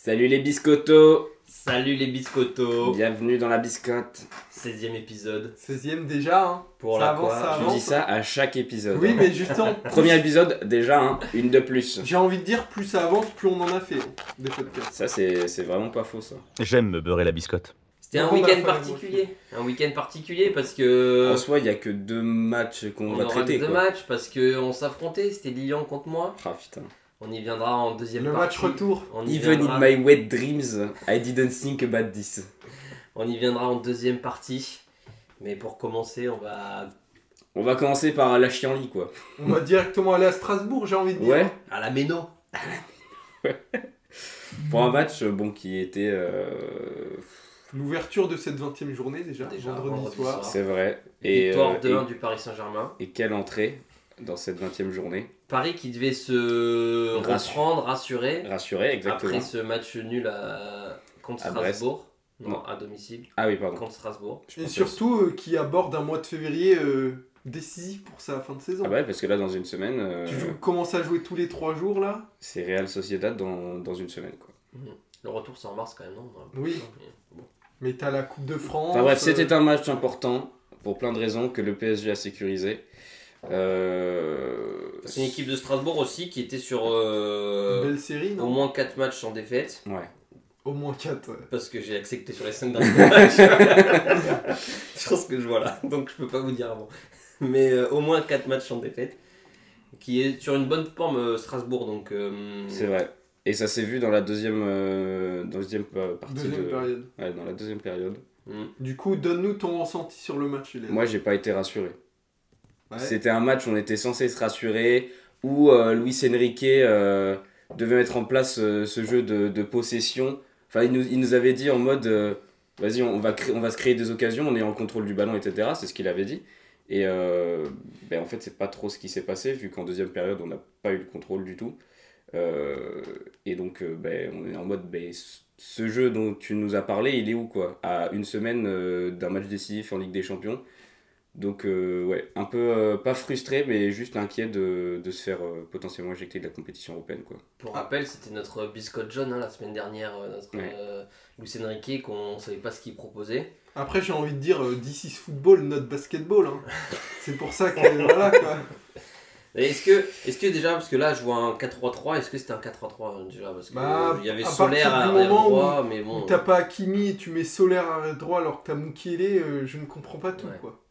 Salut les biscottos Salut les Oh. biscottos Bienvenue dans la biscotte 16ème épisode 16ème déjà, hein. pour Ça la avance, quoi ça Tu avance. dis ça à chaque épisode. Oui, hein. mais justement, Premier épisode, déjà, hein, une de plus. j'ai envie de dire, plus ça avance, plus on en a fait, hein, des podcasts. Ça, c'est c'est vraiment pas faux, ça. J'aime me beurrer la biscotte. C'était un Bon, bah, week-end faut- particulier. Un week-end particulier parce que Euh. En soi, il y a que deux matchs qu'on on va aura traiter. deux quoi. matchs parce que on s'affrontait. C'était Lyon contre moi. Ah putain. On y viendra en deuxième Le match partie. retour. On y, Even viendra, in my wet dreams, I didn't think about this. on y viendra en deuxième partie. Mais pour commencer, on va On va commencer par la chienlit, quoi. On va directement aller à Strasbourg, j'ai envie de dire. Ouais, à la méno. pour un match bon qui était. euh, L'ouverture de cette 20 e journée déjà, Déjà, vendredi, vendredi soir. soir. C'est vrai. Et, Ah. Victoire euh, 2-1 du Paris Saint-Germain. et, et quelle entrée dans cette 20 e journée. Paris qui devait se Rassure- reprendre, rassurer Rassuré, exactement. après ce match nul à... contre À Brest. Strasbourg. Non, Non. à domicile Ah oui, pardon. contre Strasbourg. Je Et pense que- surtout, euh, qui aborde un mois de février euh, décisif pour sa fin de saison. Ah ouais, parce que là, dans une semaine, euh, Tu joues- commences à jouer tous les 3 jours là c'est Real Sociedad dans, dans une semaine, quoi. Le retour c'est en mars quand même, non Oui. hein. Mais t'as la Coupe de France. Enfin bref, euh, c'était un match important pour plein de raisons que le PSG a sécurisé. Euh... C'est une équipe de Strasbourg aussi qui était sur euh, une Belle série, au non moins 4 matchs sans défaite. Ouais. Au moins 4. Parce que j'ai accepté sur les 5 derniers matchs. je pense que je vois là, donc je peux pas vous dire avant. Mais euh, au moins 4 matchs sans défaite. Qui est sur une bonne forme euh, Strasbourg, donc euh, C'est vrai. Et ça s'est vu dans la deuxième, euh, deuxième euh, partie Deuxième de... période. Ouais, dans la deuxième période. mm. Du coup, donne-nous ton ressenti sur le match, Mmh. Hélène. Moi, j'ai pas été rassuré. Ouais. C'était un match où on était censé se rassurer, où euh, Luis Enrique euh, devait mettre en place euh, ce jeu de, de possession. Enfin, il nous, il nous avait dit en mode euh, vas-y, on va, cré- on va se créer des occasions, on est en contrôle du ballon, etc. C'est ce qu'il avait dit. Et euh, ben, en fait, c'est pas trop ce qui s'est passé, vu qu'en deuxième période, on n'a pas eu le contrôle du tout. Euh, et donc, euh, ben, on est en mode ben, ce- ce jeu dont tu nous as parlé, il est où quoi À une semaine euh, d'un match décisif en Ligue des Champions. Donc, euh, ouais, un peu euh, pas frustré, mais juste inquiet de, de se faire euh, potentiellement éjecter de la compétition européenne. Quoi. Pour rappel, c'était notre biscotte jaune hein, la semaine dernière, euh, notre Ouais. euh, Luis Enrique, qu'on savait pas ce qu'il proposait. Après, j'ai envie de dire euh, This is football, not basketball. hein. C'est pour ça que voilà quoi. Et Est-ce que, est que déjà, parce que là je vois un 4-3-3, est-ce que c'était un 4-3-3 euh, déjà Parce que Bah, euh, il y avait à Solaire à partir du arrière moment où- droit, mais bon. Ou T'as pas Hakimi et tu mets Solaire à droit alors que t'as Mukiele, euh, je ne comprends pas tout Ouais. quoi.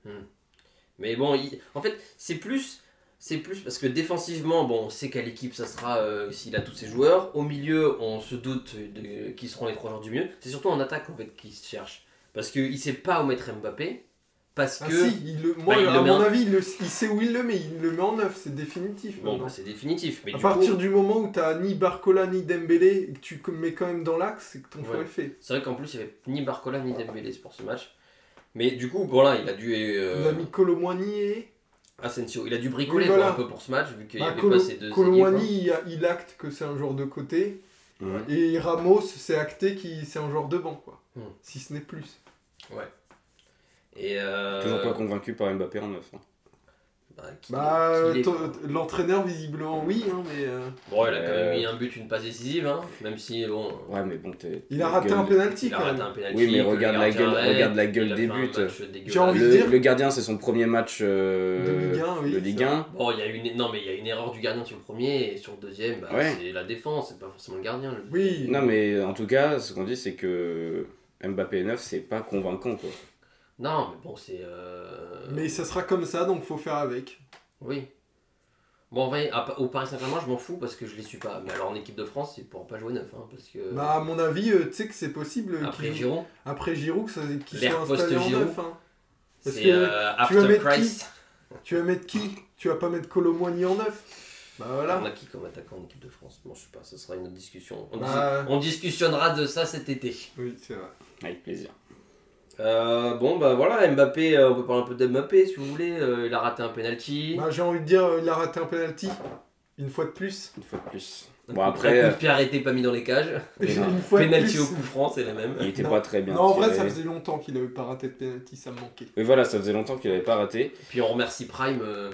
Mais bon, il- en fait, c'est plus. C'est plus parce que défensivement, bon, on sait quelle équipe ça sera euh, s'il a tous ses joueurs. Au milieu, on se doute de qui seront les trois joueurs du mieux. C'est surtout en attaque en fait qu'il se cherche. Parce qu'il sait pas où mettre Mbappé. Parce Ah que. si, il le, moi, Bah, il à le met mon en- avis, il, le- il sait où il le met, il le met en neuf, c'est définitif. Bon, maintenant. bah, c'est définitif. Mais Ah, à du partir coup, du moment où t'as ni Barcola ni Dembélé et que tu mets quand même dans l'axe, c'est que ton Ouais. choix est fait. c'est vrai qu'en plus, il n'y avait ni Barcola ni Dembélé pour ce match. Mais du coup, bon là, il a dû. euh, On a mis Colomwani et. Asensio, il a dû bricoler Oui, voilà. pour un peu pour ce match, vu qu'il n'y Bah, avait Colo- pas ces deux Colomwani, ailiers, il, a- il acte que c'est un joueur de côté et Ramos, c'est acté qu'il c'est un joueur de banc quoi. Hmm. Si ce n'est plus. quoi. Et euh, Toujours pas convaincu par Mbappé en neuf. hein. bah, qui- Bah, qui est, to- quoi. l'entraîneur, visiblement, oui, hein, mais. euh, Bon, il a quand Euh, même mis un but, une passe décisive, hein, même si bon. Ouais, mais bon, t'es. Il a la raté gueule- un penalty Il a quand raté même. un penalty. Oui, mais regarde la gueule- regarde la gueule des buts. J'ai envie- Le, dire- le gardien, c'est son premier match euh, De Ligue 1, oui, de Ligue c'est 1. Bon, il y a une non mais il y a une erreur du gardien sur le premier et sur le deuxième, bah, Ouais. c'est la défense, c'est pas forcément le gardien. le- Oui. Non, mais en tout cas, ce qu'on dit, c'est que Mbappé 9, c'est pas convaincant, quoi. Non, mais bon, c'est. euh, Mais ça sera comme ça, donc faut faire avec. Oui. Bon, en vrai, à- au Paris Saint-Germain, je m'en fous parce que je les suis pas. Mais alors en équipe de France, ils pourront pas jouer neuf, hein, parce que. Bah, à mon avis, euh, tu sais que c'est possible euh, après qu'il- Giroud, après Giroud que ça qu'il L'air soit installé en post-Giroud. neuf. hein. Parce c'est que euh, tu vas after mettre Price. Tu vas mettre qui Tu vas pas mettre Colomboigny en neuf Bah On voilà. a qui comme attaquant en équipe de France Bon, je sais pas, ce sera une autre discussion. On, dis- Bah, on discutionnera de ça cet été. oui, c'est vrai. Avec plaisir. Euh, bon, bah voilà, Mbappé, euh, on peut parler un peu d'Mbappé si vous voulez. euh, il a raté un penalty. Bah, j'ai envie de dire, euh, il a raté un penalty. Une fois de plus. Une fois de plus. Un Bon, coup- après, Un euh, coup de pied arrêté, pas mis dans les cages. Mais non. Une fois de Penalty plus. au coup franc, c'est la même. il était Euh, Non. pas très bien. Non, en vrai, tiré. ça faisait longtemps qu'il avait pas raté de penalty, ça me manquait. Mais voilà, ça faisait longtemps qu'il avait pas raté. Et puis on remercie Prime. euh,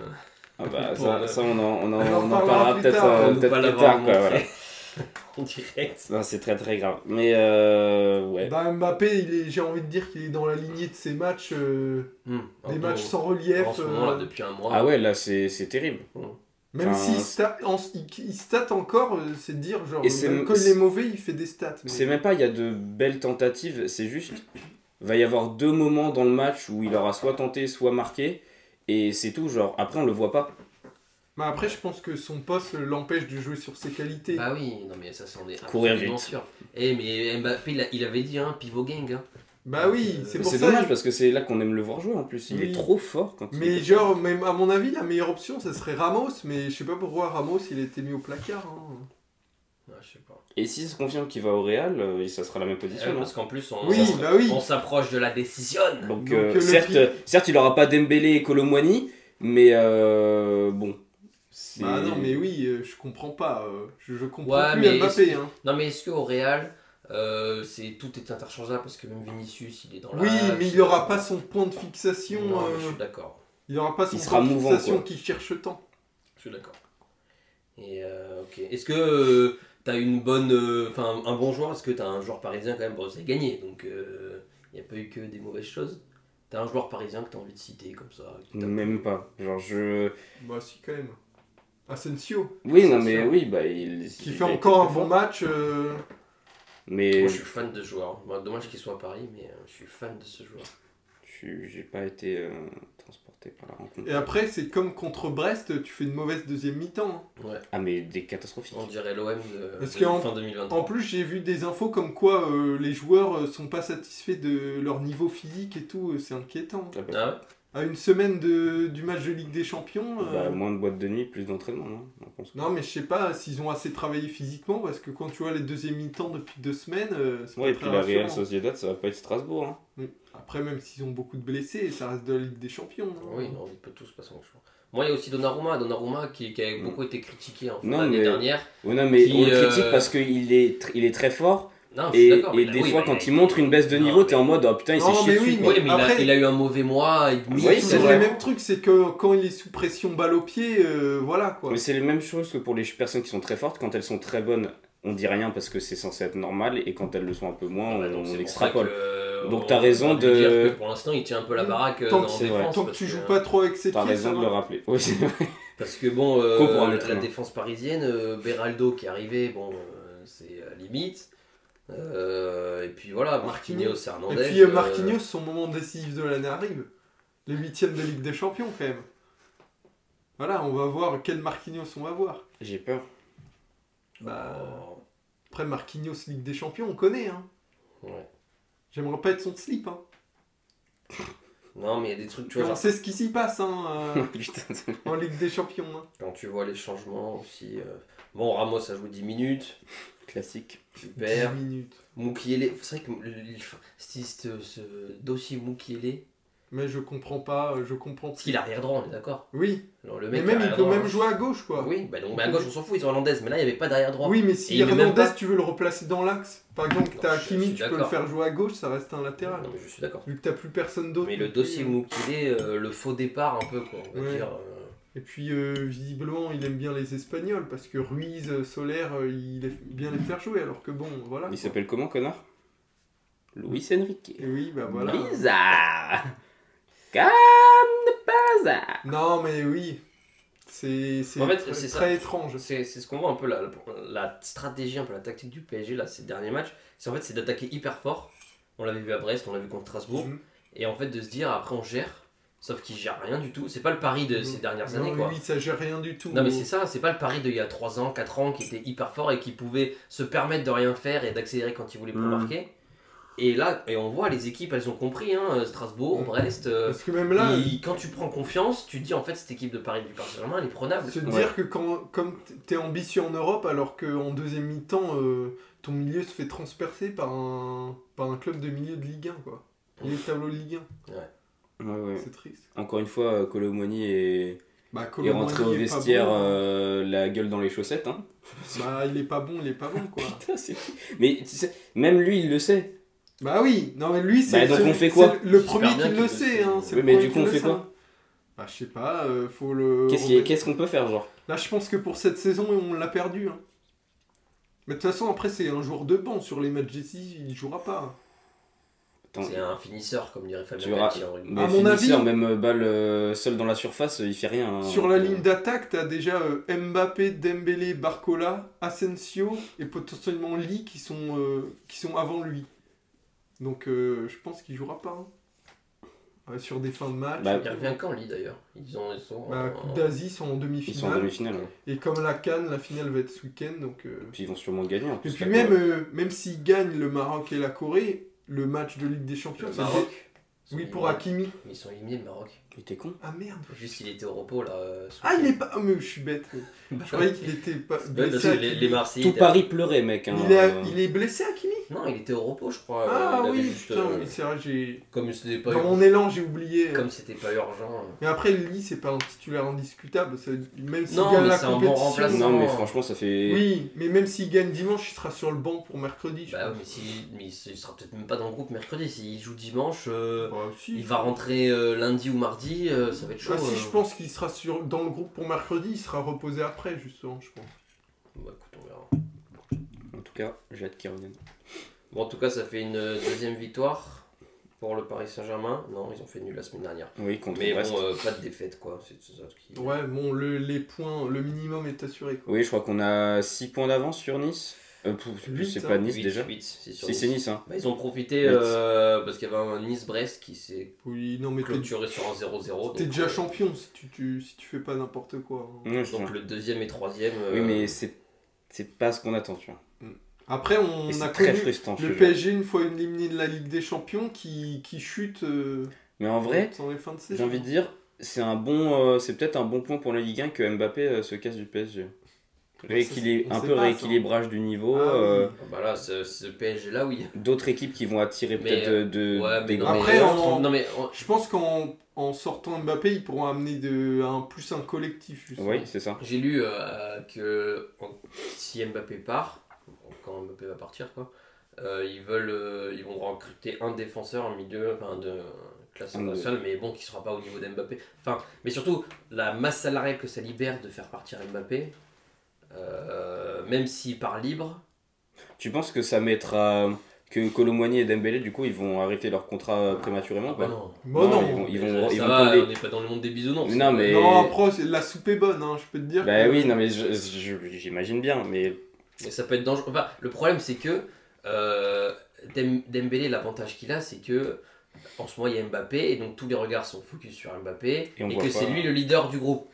Ah bah, Pour, ça, euh, ça, on en, on en, on en on en parlera parlera plus peut-être tard, euh, pour on ne peut-être pas plus l'avoir tard, quoi, montré. voilà. en direct. Non, c'est très très grave. Mais euh, ouais. Bah, Mbappé, il est- j'ai envie de dire qu'il est dans la lignée de ces matchs, euh, Hmm. des En- matchs sans en, relief. en ce moment là euh, depuis un mois. Ah ouais, là c'est c'est terrible. Même Enfin, s'il c'est- sta- en- il il stat encore, euh, c'est dire, genre, Et c'est- même quand il est mauvais, il fait des stats. mais- C'est même pas, il y a de belles tentatives, c'est juste, va y avoir deux moments dans le match où il aura soit tenté, soit marqué, et c'est tout, genre, après on le voit pas. Mais après, je pense que son poste l'empêche de jouer sur ses qualités. Bah oui, non mais ça c'en est Courir absolument vite. sûr. Eh mais Mbappé il, a- il avait dit hein, pivot gang hein. Bah oui, c'est Mais pour C'est ça. dommage parce que c'est là qu'on aime le voir jouer en plus, il Oui. est trop fort quand il Mais est- genre, même à mon avis, la meilleure option, ça serait Ramos. Mais je sais pas pourquoi Ramos, il a été mis au placard. hein. Ouais, Ah, je sais pas. Et si ça se confirme qu'il va au Real, euh, ça sera la même Eh, position. hein. parce qu'en plus on Oui, on- bah oui. on s'approche de la décision. Donc, Donc, euh, euh, le certes, prix- certes, il aura pas Dembélé et Colomwani, mais euh, bon. c'est- Bah non, mais oui, euh, je comprends pas. euh, je, je comprends Ouais, plus mais Mbappé. Hein. Non mais est-ce que au Real euh, c'est tout est interchangeable parce que même Vinicius il est dans la Oui, mais il aura pas son point de fixation. Non, mais euh, je suis d'accord. il aura pas son Il sera point de mouvant, fixation quoi. qu'il cherche tant. Je suis d'accord. Et euh, ok. Est-ce que euh, t'as une bonne, euh, enfin un bon joueur Est-ce que t'as un joueur parisien quand même Bon, c'est gagné, donc il n'y a pas eu que des mauvaises choses. T'as un joueur parisien que t'as envie de citer comme ça que t'as- Même pas. Genre, je. Bah si, quand même. Asensio, Oui, C'est non, mais sûr. oui, bah il. qui il fait a été encore très un fort. bon match. euh, Mais Moi, je suis fan de ce joueur. Bon, dommage qu'il soit à Paris, mais euh, je suis fan de ce joueur. je- j'ai pas été euh, transporté par la rencontre. Et après, c'est comme contre Brest, tu fais une mauvaise deuxième mi-temps. hein. Ouais. Ah, mais des catastrophiques. On dirait l'OM de, Parce de que en- fin 2023. En plus, j'ai vu des infos comme quoi euh, les joueurs euh, sont pas satisfaits de leur niveau physique et tout, euh, c'est inquiétant. Ah bah, Ah ouais À une semaine de, du match de Ligue des Ah, Champions, euh, bah, moins de boîtes de nuit, plus d'entraînement, non On pense que- non mais je sais pas s'ils ont assez travaillé physiquement parce que quand tu vois les deuxièmes mi-temps depuis deux semaines, euh, c'est Ouais, et pas puis très la Real rassurant. Sociedad, ça va pas être Strasbourg. Hein. Après, même s'ils ont beaucoup de blessés, ça reste de la Ligue des Champions. hein. Ah Oui, non, il peut tous passer en joueur. Moi, il y a aussi Donnarumma, Donnarumma qui, qui a beaucoup été critiqué en fin Non, d'année mais- dernière. Ouais, non, mais Qui, on le critique euh, parce qu'il est, tr- il est très fort. Non, je suis Et, d'accord, mais et là- des oui, fois, bah, quand là, il montre une baisse de Non, niveau, t'es mais- en mode, oh putain, il s'est Non, chié mais dessus. oui, quoi. Oui, mais il a- il, a, Après- eu un mauvais mois et Mais demi. Oui, c'est c'est toujours vrai. le même truc, c'est que quand il est sous pression balle au pied, euh, voilà quoi. Mais c'est la même chose que pour les ch- personnes qui sont très fortes. Quand elles sont très bonnes, on dit rien parce que c'est censé être normal. Et quand elles le sont un peu moins, Bah, on, donc, c'est on pour extrapole. ça que, euh, Donc, on t'as va raison lui de- dire que pour l'instant, il tient un peu la baraque euh, Tant dans que en c'est vrai. défense. Tant que parce tu que- joues pas trop avec ses T'as pieds, ça raison de va. hein. le rappeler. Oui, c'est vrai. Parce que bon, euh, Faut pour un la- la entraîneur. défense parisienne, euh, Beraldo qui est arrivé, bon, euh, c'est à la limite. Euh, et puis voilà, Marquinhos, Et Hernandez. puis euh, euh, Marquinhos, son moment décisif de l'année arrive. Les huitièmes de Ligue des Champions, quand même. Voilà, on va voir quel Marquinhos on va voir. J'ai peur. Bah, oh, après, Marquinhos, Ligue des Champions, on connaît. Hein. ouais. J'aimerais pas être son slip. Hein. Non, mais il y a des trucs, tu Et vois, on genre, sait ce qui s'y passe hein, euh, Oh, Putain, ça- en Ligue des Champions. hein. quand tu vois les changements aussi. euh, Bon, Ramos a joué 10 minutes, classique. super. 10 minutes. Moukielé, c'est vrai que le- le- enfin, c'est- ce, ce dossier Moukielé, Mais je comprends pas, euh, je comprends. parce qu'il a arrière droit, on est d'accord. Oui, Alors, le mais mec même, a il arrière peut droit, même hein. jouer à gauche, quoi. Oui, bah donc, mais à gauche, on s'en fout, ils sont irlandaises, mais là, il n'y avait pas d'arrière droit. Oui, mais si Et il est même Hernandez, pas- tu veux le replacer dans l'axe, par exemple, Non, t'as je suis- je Hakimi, suis tu peux le d'accord. faire jouer à gauche, ça reste un latéral. Non, mais je suis d'accord. Vu que t'as plus personne d'autre. Mais le dossier Moukielé, euh, le faux départ, un peu, quoi, on va hein. Ouais. dire. euh, Et puis, euh, visiblement, il aime bien les Espagnols, parce que Ruiz, euh, Soler, euh, il aime bien les faire jouer, alors que bon, voilà. Il s'appelle comment, connard Luis Enrique. Et oui, bah voilà. Bizarre. Comme de hasard. Non, mais oui. C'est c'est En fait, très, c'est ça. très étrange. C'est c'est ce qu'on voit un peu, la, la stratégie, un peu la tactique du PSG, là, ces derniers matchs. C'est en fait, c'est d'attaquer hyper fort. On l'avait vu à Brest, on l'a vu contre Strasbourg. Mhm. Et en fait, de se dire, après, on gère. Sauf qu'il gère rien du tout. C'est pas le pari de ces dernières Mm. Non, années, mais quoi. oui, ça gère rien du tout. Non mais c'est ça, c'est pas le pari d'il y a 3 ans, 4 ans qui était hyper fort et qui pouvait se permettre de rien faire et d'accélérer quand il voulait pour Mm. marquer. Et là, et on voit les équipes, elles ont compris, hein, Strasbourg, Mm. Brest. euh, Parce que même là, ils- quand tu prends confiance, tu te dis en fait cette équipe de Paris du Paris Saint-Germain, elle est prenable. se Ouais. dire que quand, comme t'es ambitieux en Europe, alors qu'en deuxième mi-temps, euh, ton milieu se fait transpercer par un, par un club de milieu de Ligue 1, quoi. Milieu de tableau de Ligue Ouais, 1, ouais. c'est triste. Encore une fois, euh, Colomoni est, Bah, est Colomani, rentré au il est pas vestiaire bon. hein. euh, la gueule dans les chaussettes. Hein. Bah, il est pas bon, il est pas bon, quoi. Putain, c'est- Mais tu sais, même lui, il le sait. Bah oui, non mais lui c'est. Bah, donc, c'est- on fait quoi c'est Le J'espère premier bien qui qu'il le le sait, sait. hein. c'est Oui, le mais premier du qui coup, on le fait sait, quoi hein. Bah je sais pas, euh, faut le. Qu'est-ce qui- remettre- qu'est-ce qu'on peut faire, genre Là je pense que pour cette saison on l'a perdu. hein. Mais de toute façon, après, c'est un joueur de banc. Sur les matchs décisifs, il jouera pas. Attends, C'est un finisseur, comme dirait Tu Fabien verras. Galtier, en rugby. mais À mon finisseur, avis- même euh, balle euh, seule dans la surface, euh, il fait rien. hein. Sur la Donc, euh, ligne d'attaque, t'as déjà euh, Mbappé, Dembélé, Barcola, Asensio et potentiellement Lee qui sont, euh, qui sont avant lui. Donc euh, je pense qu'il jouera pas. hein. Ouais, sur des fins de match. Bah, Il revient quand, lui, d'ailleurs Ils ont... Ils sont... euh, Bah, en- Coupe d'Asie, ils sont en Ils sont en demi-finale. demi-finale. hein. et comme la Cannes, la finale va être ce week-end. Donc, euh, Puis ils vont sûrement gagner. En Et plus, puis la même, Corée. euh, même s'ils gagnent le Maroc et la Corée, le match de Ligue des Champions, Le c'est Maroc. Ils Oui, sont pour éliminés. Hakimi. Ils sont éliminés, le Maroc. Mais t'es con. Ah merde. Juste, il était au repos, là. euh, ce Ah, il est week-end. Bah, pas. ah, Mais je suis bête. Je croyais qu'il était pas. Ouais, parce Blessé que à les, Hakimi. les Marseillais... Tout étaient- Paris pleurait, mec. hein. Il, a- il est blessé, Hakimi Non, il était au repos, je crois. Ah euh, Il avait oui, juste, putain, euh, oui, c'est vrai, j'ai. Comme c'était pas, Dans mon élan, j'ai oublié. comme c'était pas urgent... euh, Mais après, Lee, c'est pas un titulaire indiscutable. ça- Même s'il Non, gagne mais la c'est un bon compétition. remplaçant. Non, mais franchement, ça fait. Oui, mais même s'il gagne dimanche, il sera sur le banc pour mercredi. je Bah ouais, pense. mais, si, mais il sera peut-être même pas dans le groupe mercredi. S'il joue dimanche, euh, Bah, si. il va rentrer euh, lundi ou mardi, euh, ça va être chaud. Ah, si euh. je pense qu'il sera sur... dans le groupe pour mercredi, il sera reposé après, justement, je pense. Bah, écoute, on verra. En tout cas, j'ai hâte qu'ils reviennent. Bon, en tout cas, ça fait une euh, deuxième victoire pour le Paris Saint-Germain. Non, ils ont fait nul la semaine dernière. Oui, contre Mais Brest. bon, euh, pas de défaite, quoi. C'est tout ça qui- Ouais, bon, le- les points, le minimum est assuré. Quoi. Oui, je crois qu'on a 6 points d'avance sur Nice. Euh, pou- Huit, c'est hein. pas Nice Huit, déjà. huit, c'est sur Si, c'est Nice. Nice, hein. Bah, ils ont profité Huit. euh, parce qu'il y avait un Nice-Brest qui s'est Oui, non, mais t'es, clôturé sur un 0-0. t'es donc, Mm. déjà euh, champion si tu, tu- si tu fais pas n'importe quoi. hein. Ouais, je Donc crois. le deuxième et troisième. euh, Oui, mais c'est c'est pas ce qu'on attend, tu vois. Après, on Et a c'est très connu frustrant. je te le jure. PSG, une fois éliminé de la Ligue des Champions, qui, qui chute euh, Mais en vrai, dans les fins de saison. j'ai envie de dire, c'est un bon, euh, c'est peut-être un bon point pour la Ligue 1 que Mbappé euh, se casse du PSG. Rééquili- on un sait peu pas, ça. rééquilibrage du niveau. Ah, euh, oui. ah bah là, ce, ce PSG-là, oui. D'autres équipes qui vont attirer Mais, peut-être de, de- Ouais, mais des non, grands. mais- Après, on- non, mais on- Je pense qu'en en sortant Mbappé, ils pourront amener de, un, plus un collectif, justement. Oui, c'est ça. J'ai lu euh, que en- si Mbappé part, quand Mbappé va partir, quoi, euh, ils veulent, euh, ils vont recruter un défenseur, un milieu, enfin de classe Un de- internationale, mais bon, qui sera pas au niveau d'Mbappé. Enfin, mais surtout la masse salariale que ça libère de faire partir Mbappé, euh, même s'il part libre. Tu penses que ça mettra que Colomboigny et Dembélé du coup ils vont arrêter leur contrat prématurément ou bah pas non. Bon, Oh non. ils vont, ils vont, ils ça vont va, tomber. on n'est pas dans le monde des bisounours. Mais non, mais- Non, après, c'est- la soupe est bonne, hein, je peux te dire. Bah que- oui, non mais je- je- j'imagine bien, mais Mais ça peut être dangereux. Enfin, le problème, c'est que euh, Dem- Dembélé, l'avantage qu'il a, c'est que en ce moment, il y a Mbappé, et donc tous les regards sont focus sur Mbappé, Et et, on voit que c'est pas- lui le leader du groupe.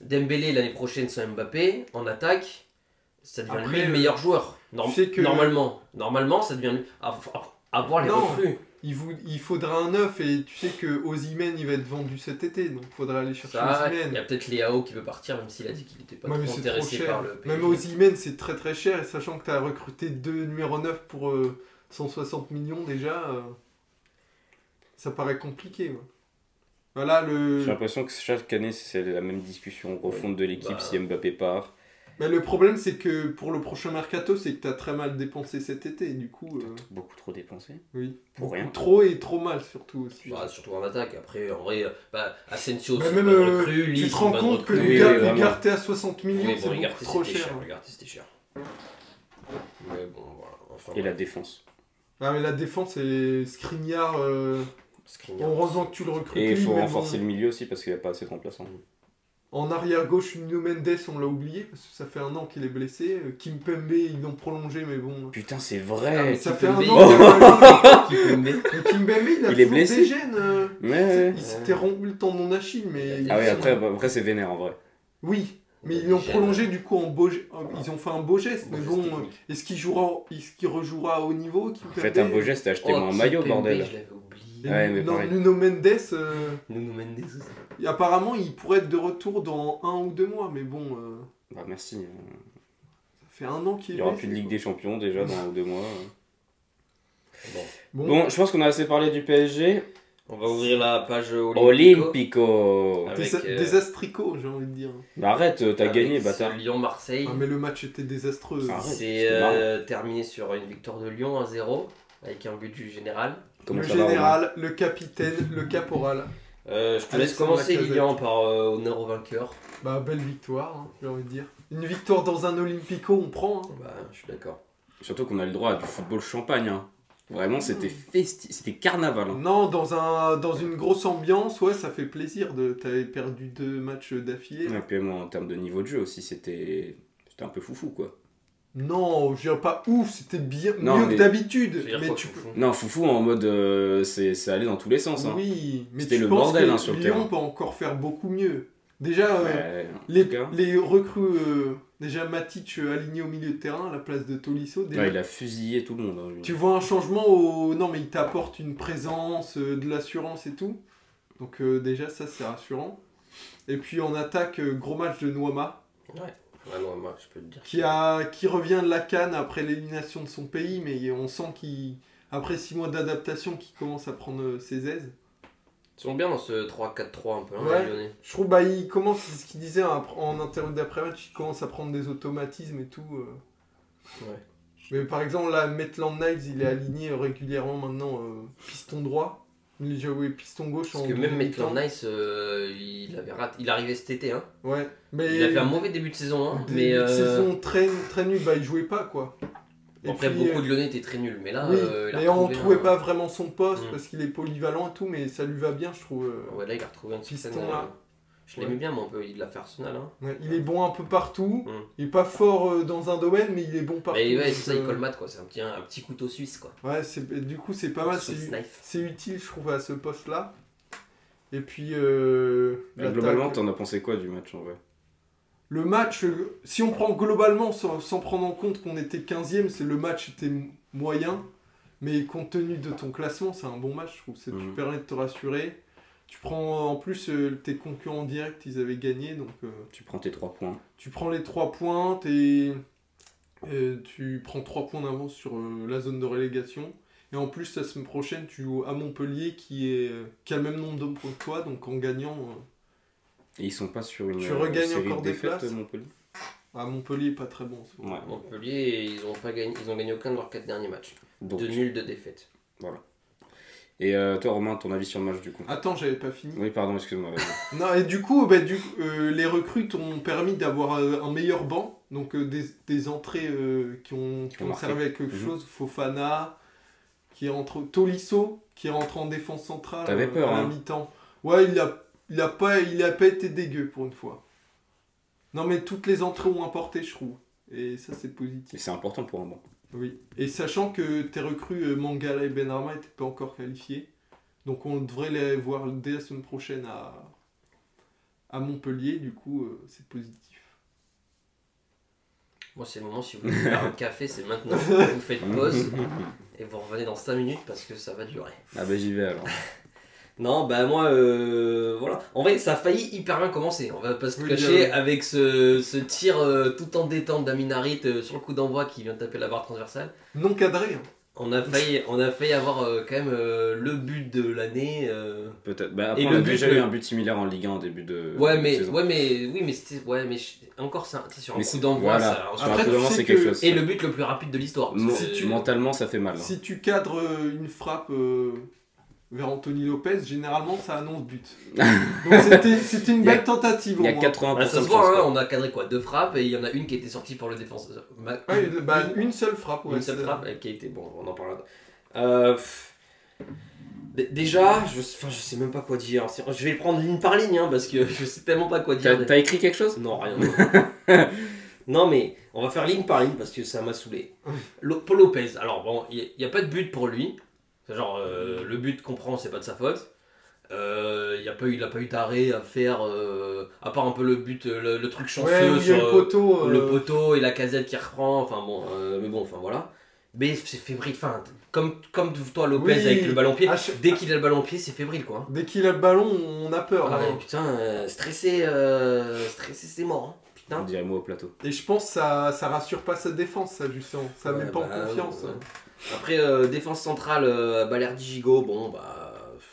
Dembélé, l'année prochaine, sans Mbappé, en attaque, ça devient Après, lui le euh, meilleur joueur. Norm- sais que- Normalement, normalement, ça devient lui. À, à- à voir les Non. recrues. Il, vous- il faudra un œuf et tu sais que Ozymen il va être vendu cet été donc faudra aller chercher Ça, Ozymen. il y a peut-être Léao qui veut partir, même s'il a dit qu'il n'était pas Ouais, mais trop c'est trop intéressé par cher. le PSG. Même Ozymen c'est très très cher et sachant que tu as recruté deux numéros 9 pour euh, 160 millions déjà, euh, ça paraît compliqué. ouais. Voilà le. j'ai l'impression que chaque année c'est la même discussion refonte de l'équipe Bah. si Mbappé part. Mais le problème c'est que pour le prochain mercato c'est que tu as très mal dépensé cet été du coup. euh, Beaucoup trop dépensé. oui. Pour Beaucoup rien. Trop et trop mal surtout aussi. Bah, surtout en attaque. Après, en vrai, euh, bah, Asensio, Bah, c'est même, une bonne euh, recrue. Lee, tu te c'est rends une bonne compte que recrue. Oui, le gars oui, vraiment. Ugarte est à 60 millions Oui, bon, c'est regardez, beaucoup trop c'était cher. cher. regardez, c'était cher. Mais bon, voilà. Enfin, Et la défense. Ah mais la défense est Skriniar, euh, Skriniar. heureusement que tu le recrutes. Et il lui, faut mais renforcer bon, le milieu aussi parce qu'il n'y a pas assez de remplaçants. En arrière gauche, Nuno Mendes, on l'a oublié parce que ça fait un an qu'il est blessé. Euh, Kimpembe, ils l'ont prolongé, mais bon. Putain, c'est Ah, vrai. mais ça Kimpembe, fait un an il- qu'il est prolongé. Qui peut aimer Mais Kimpembe, il a Il est toujours blessé. des gènes. euh, Ouais, ouais. Il s'était rompu le tendon d'Achille, mais. Ah oui, après, bah, après c'est vénère en vrai. Oui, mais Il a ils l'ont des gènes. prolongé du coup en beau. ge- euh, Ils ont fait un beau geste, Beau mais geste bon. technique. euh, Est-ce qu'il jouera, est-ce qu'il rejouera au niveau Kimpembe Faites un beau geste et Oh, achetez-moi un maillot, Kimpembe, bordel. Je l'avais Et oublié. Ouais, mais non, pareil. Nuno Mendes. euh, Nuno Mendes. aussi. Et Apparemment, il pourrait être de retour dans un ou deux mois, mais bon, euh, Bah, merci. ça fait un an qu'il Il est. n'y aura blessé, plus de Ligue quoi. des Champions déjà dans un ou deux mois. Bon, Bon, Bon, je pense qu'on a assez parlé du PSG. on va ouvrir la page Olympico. Olympico Ah, désa- avec, euh, désastricot, j'ai envie de dire. Mais Arrête, euh, t'as Avec gagné, ce bâtard. Lyon-Marseille. Ah, mais le match était désastreux. Ah, ouais, C'est c'était marrant. euh, terminé sur une victoire de Lyon 1-0 avec un but du général. Comment le ça va, Romain général, le capitaine, le caporal. Euh, je te Allez, laisse c'est commencer, Lacazette. Lilian, par euh, honneur au vainqueur. Bah, belle victoire, hein, j'ai envie de dire. Une victoire dans un Olympico, on prend. hein. Bah, je suis d'accord. Surtout qu'on a le droit à du football champagne. hein. Vraiment, c'était Mm. festi... c'était carnaval. hein. Non, dans, un, dans une grosse ambiance, ouais, ça fait plaisir. De, t'avais perdu deux matchs d'affilée. Et puis moi, en termes de niveau de jeu aussi, c'était c'était un peu foufou quoi. Non, je dirais pas ouf, c'était bien Non, mieux mais- que Je d'habitude. veux dire Mais quoi, tu je peux. confonds. Non, foufou en mode euh, c'est ça allait dans tous les sens. Hein. Oui, mais C'était tu le penses bordel, que hein, sur le Lyon terrain. peut encore faire beaucoup mieux. Déjà, euh, Ouais, en les, tout cas. les recrues, euh, déjà Matic euh, aligné au milieu de terrain à la place de Tolisso, déjà, Ouais, il a fusillé tout le monde. hein, lui. tu vois un changement au... Non, mais il t'apporte une présence, euh, de l'assurance et tout. Donc euh, déjà, ça, c'est rassurant. Et puis en attaque, euh, gros match de Noama, Ouais, non, moi, je peux te dire. qui, a... qui revient de la canne après l'élimination de son pays, mais on sent qu'il... Après six mois d'adaptation, qu'il commence à prendre euh, ses aises. Ils sont bien dans ce 3-4-3 un peu, hein, Ouais. les Lyonnais. Je trouve bah il commence, c'est ce qu'il disait hein, en interview d'après-match, il commence à prendre des automatismes et tout. euh. Ouais. Mais par exemple là, Maitland Niles, il est aligné régulièrement maintenant euh, piston droit. Il a déjà joué piston gauche Parce en que même deuxième Maitland mi-temps. Nice, euh, il avait raté. Il arrivait cet été, hein. Ouais. Mais Il a fait un mauvais début de saison, hein. début Mais. de euh, saison très, très nul, bah il jouait pas quoi. Et Après, puis, beaucoup euh, de Lyonnais étaient très nuls, mais là, oui, euh, il a mais on retrouvé trouvait un- pas vraiment son poste Mm. parce qu'il est polyvalent et tout, mais ça lui va bien je trouve. euh. Ouais, là, il a retrouvé un système. Piston, là. euh, Je l'aimais Ouais. bien, mais un peu, il l'a fait Arsenal. Hein. Ouais, il est bon un peu partout, Mm. il est pas fort euh, dans un domaine, mais il est bon partout. Mais ouais, donc, c'est ça, il euh, colmate, quoi. C'est un petit, un petit couteau suisse, quoi. Ouais, c'est- du coup, c'est pas mal. Swiss Ah c'est- knife. C'est utile, je trouve, à ce poste-là. Et puis, euh, Mais l'attaque. globalement, t'en as pensé quoi du match en vrai le match, euh, si on prend globalement, sans, sans prendre en compte qu'on était 15e, c'est le match était m- moyen. Mais compte tenu de ton classement, c'est un bon match, je trouve. Ça te Mhm. permet de te rassurer. Tu prends, en plus, euh, tes concurrents directs, ils avaient gagné. Donc, euh, Tu prends tes trois points. tu prends les 3 points, t'es- euh, tu prends 3 points d'avance sur euh, la zone de relégation. Et en plus, la semaine prochaine, tu joues à Montpellier qui, est, euh, qui a le même nombre de points que toi. Donc en gagnant euh, Et ils sont pas sur une Tu euh, regagnes série encore de des défaites, places Montpellier à Montpellier, pas très bon. en ce moment. Ouais. Montpellier, ils ont, pas gagné, ils ont gagné aucun de leurs 4 derniers matchs. Donc. De nuls, de défaites. Et euh, toi, Romain, ton avis sur le match du coup Attends, j'avais pas fini. Oui, pardon, excuse-moi. vas-y. Non, et du coup, bah, du, euh, les recrues t'ont permis d'avoir euh, un meilleur banc. Donc euh, des, des entrées euh, qui ont, qui ont ont marqué. servi à quelque Mhm. chose. Fofana, qui rentre, Tolisso, qui rentre en défense centrale T'avais euh, peur, à la hein. mi-temps. Ouais, il a, il, a pas, il a pas été dégueu pour une fois. Non, mais toutes les entrées ont importé, je trouve. Et ça, c'est Et positif. c'est important pour un banc. Oui. Et sachant que tes recrues euh, Mangala et Benarma n'étaient pas encore qualifiés. Donc on devrait les voir dès la semaine prochaine à, à Montpellier. Du coup, euh, c'est positif. Moi, c'est le moment, si vous voulez faire un café, c'est maintenant. Vous faites pause et vous revenez dans 5 minutes parce que ça va durer. Ah bah j'y vais alors. Non, bah moi, euh, voilà. En vrai, ça a failli hyper bien commencer. On va pas se Oui, euh, cacher j'avoue. avec ce, ce tir euh, tout en détente d'Aminarit euh, sur le coup d'envoi qui vient de taper la barre transversale. Non cadré. hein. On a failli, on a failli avoir euh, quand même euh, le but de l'année. euh. Peut-être. Bah, Et après, on le a but, déjà le- eu un but similaire en Ligue 1 en début de. Ouais, de mais, saison. ouais, mais, oui, mais c'était, ouais, mais je- encore, c'est un- c'est sur un Mais coup c'est- d'envoi. voilà. ça, on se Sur un Après, coup tu d'avant, sais c'est que- quelque chose. Et le but le plus rapide de l'histoire. parce que Mon- c'est- Mentalement, ça fait mal. hein. Si tu cadres euh, une frappe euh, vers Anthony Lopez, généralement ça annonce but. Donc c'était- c'était une Il y a- belle tentative. Il y a au moins. 80% Bah, ça de se voit, chance, hein, quoi. on a cadré quoi Deux frappes et il y en a une qui était sortie pour le défenseur. Ma- Ouais, une- bah, une seule frappe. ouais, une seule c'est- frappe euh, qui a été. Bon, on en parlera. Euh, pff. D- Déjà, je, enfin, je sais même pas quoi dire. C'est- Je vais le prendre ligne par ligne hein, parce que je sais tellement pas quoi dire. T'as t'as écrit quelque chose Non, rien. non. non, mais on va faire ligne par ligne parce que ça m'a saoulé. Lo- Paul Lopez, alors bon, il n'y a, pas de but pour lui. C'est Genre, Mm. euh, le but qu'on prend, c'est pas de sa faute. Euh, il y a pas eu- il n'a pas eu d'arrêt à faire, euh, à part un peu le but, euh, le, le truc chanceux Ouais, où il y sur a le euh, poteau. euh, le poteau et la casette qui reprend. Enfin bon, euh, mais bon, enfin voilà. Mais c'est fébrile, enfin, comme, comme toi Lopez Oui. Ah, avec le ballon pied, à chaque- dès qu'il a le ballon pied, c'est fébrile quoi. Dès qu'il a le ballon, on a peur. Ah hein. ouais, putain, euh, stressé, euh, stressé, c'est mort. hein. On Putain. dirait moi au plateau. Et je pense que ça, ça rassure pas sa défense, ça, justement. Ça Ouais, met pas bah, en confiance. ouais. Après, euh, défense centrale, euh, Balerdi Gigot, bon, bah. pff,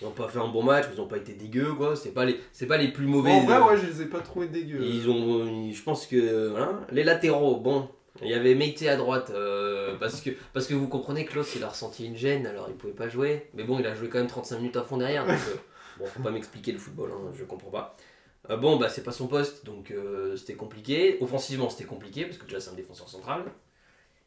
Ils n'ont pas fait un bon match, mais ils n'ont pas été dégueux, quoi. C'est pas les, c'est pas les plus mauvais. en vrai, euh, ouais, je les ai pas trouvés dégueux. Ils ont, ils- je pense que voilà. les latéraux, bon, il y avait Meite à droite euh, parce que parce que vous comprenez, Klaus il a ressenti une gêne, alors il pouvait pas jouer. Mais bon, il a joué quand même 35 minutes à fond derrière. donc, euh, Bon, faut pas m'expliquer le football, hein, je comprends pas. Euh, bon, bah c'est pas son poste, donc euh, c'était compliqué. Offensivement, c'était compliqué, parce que déjà c'est un défenseur central.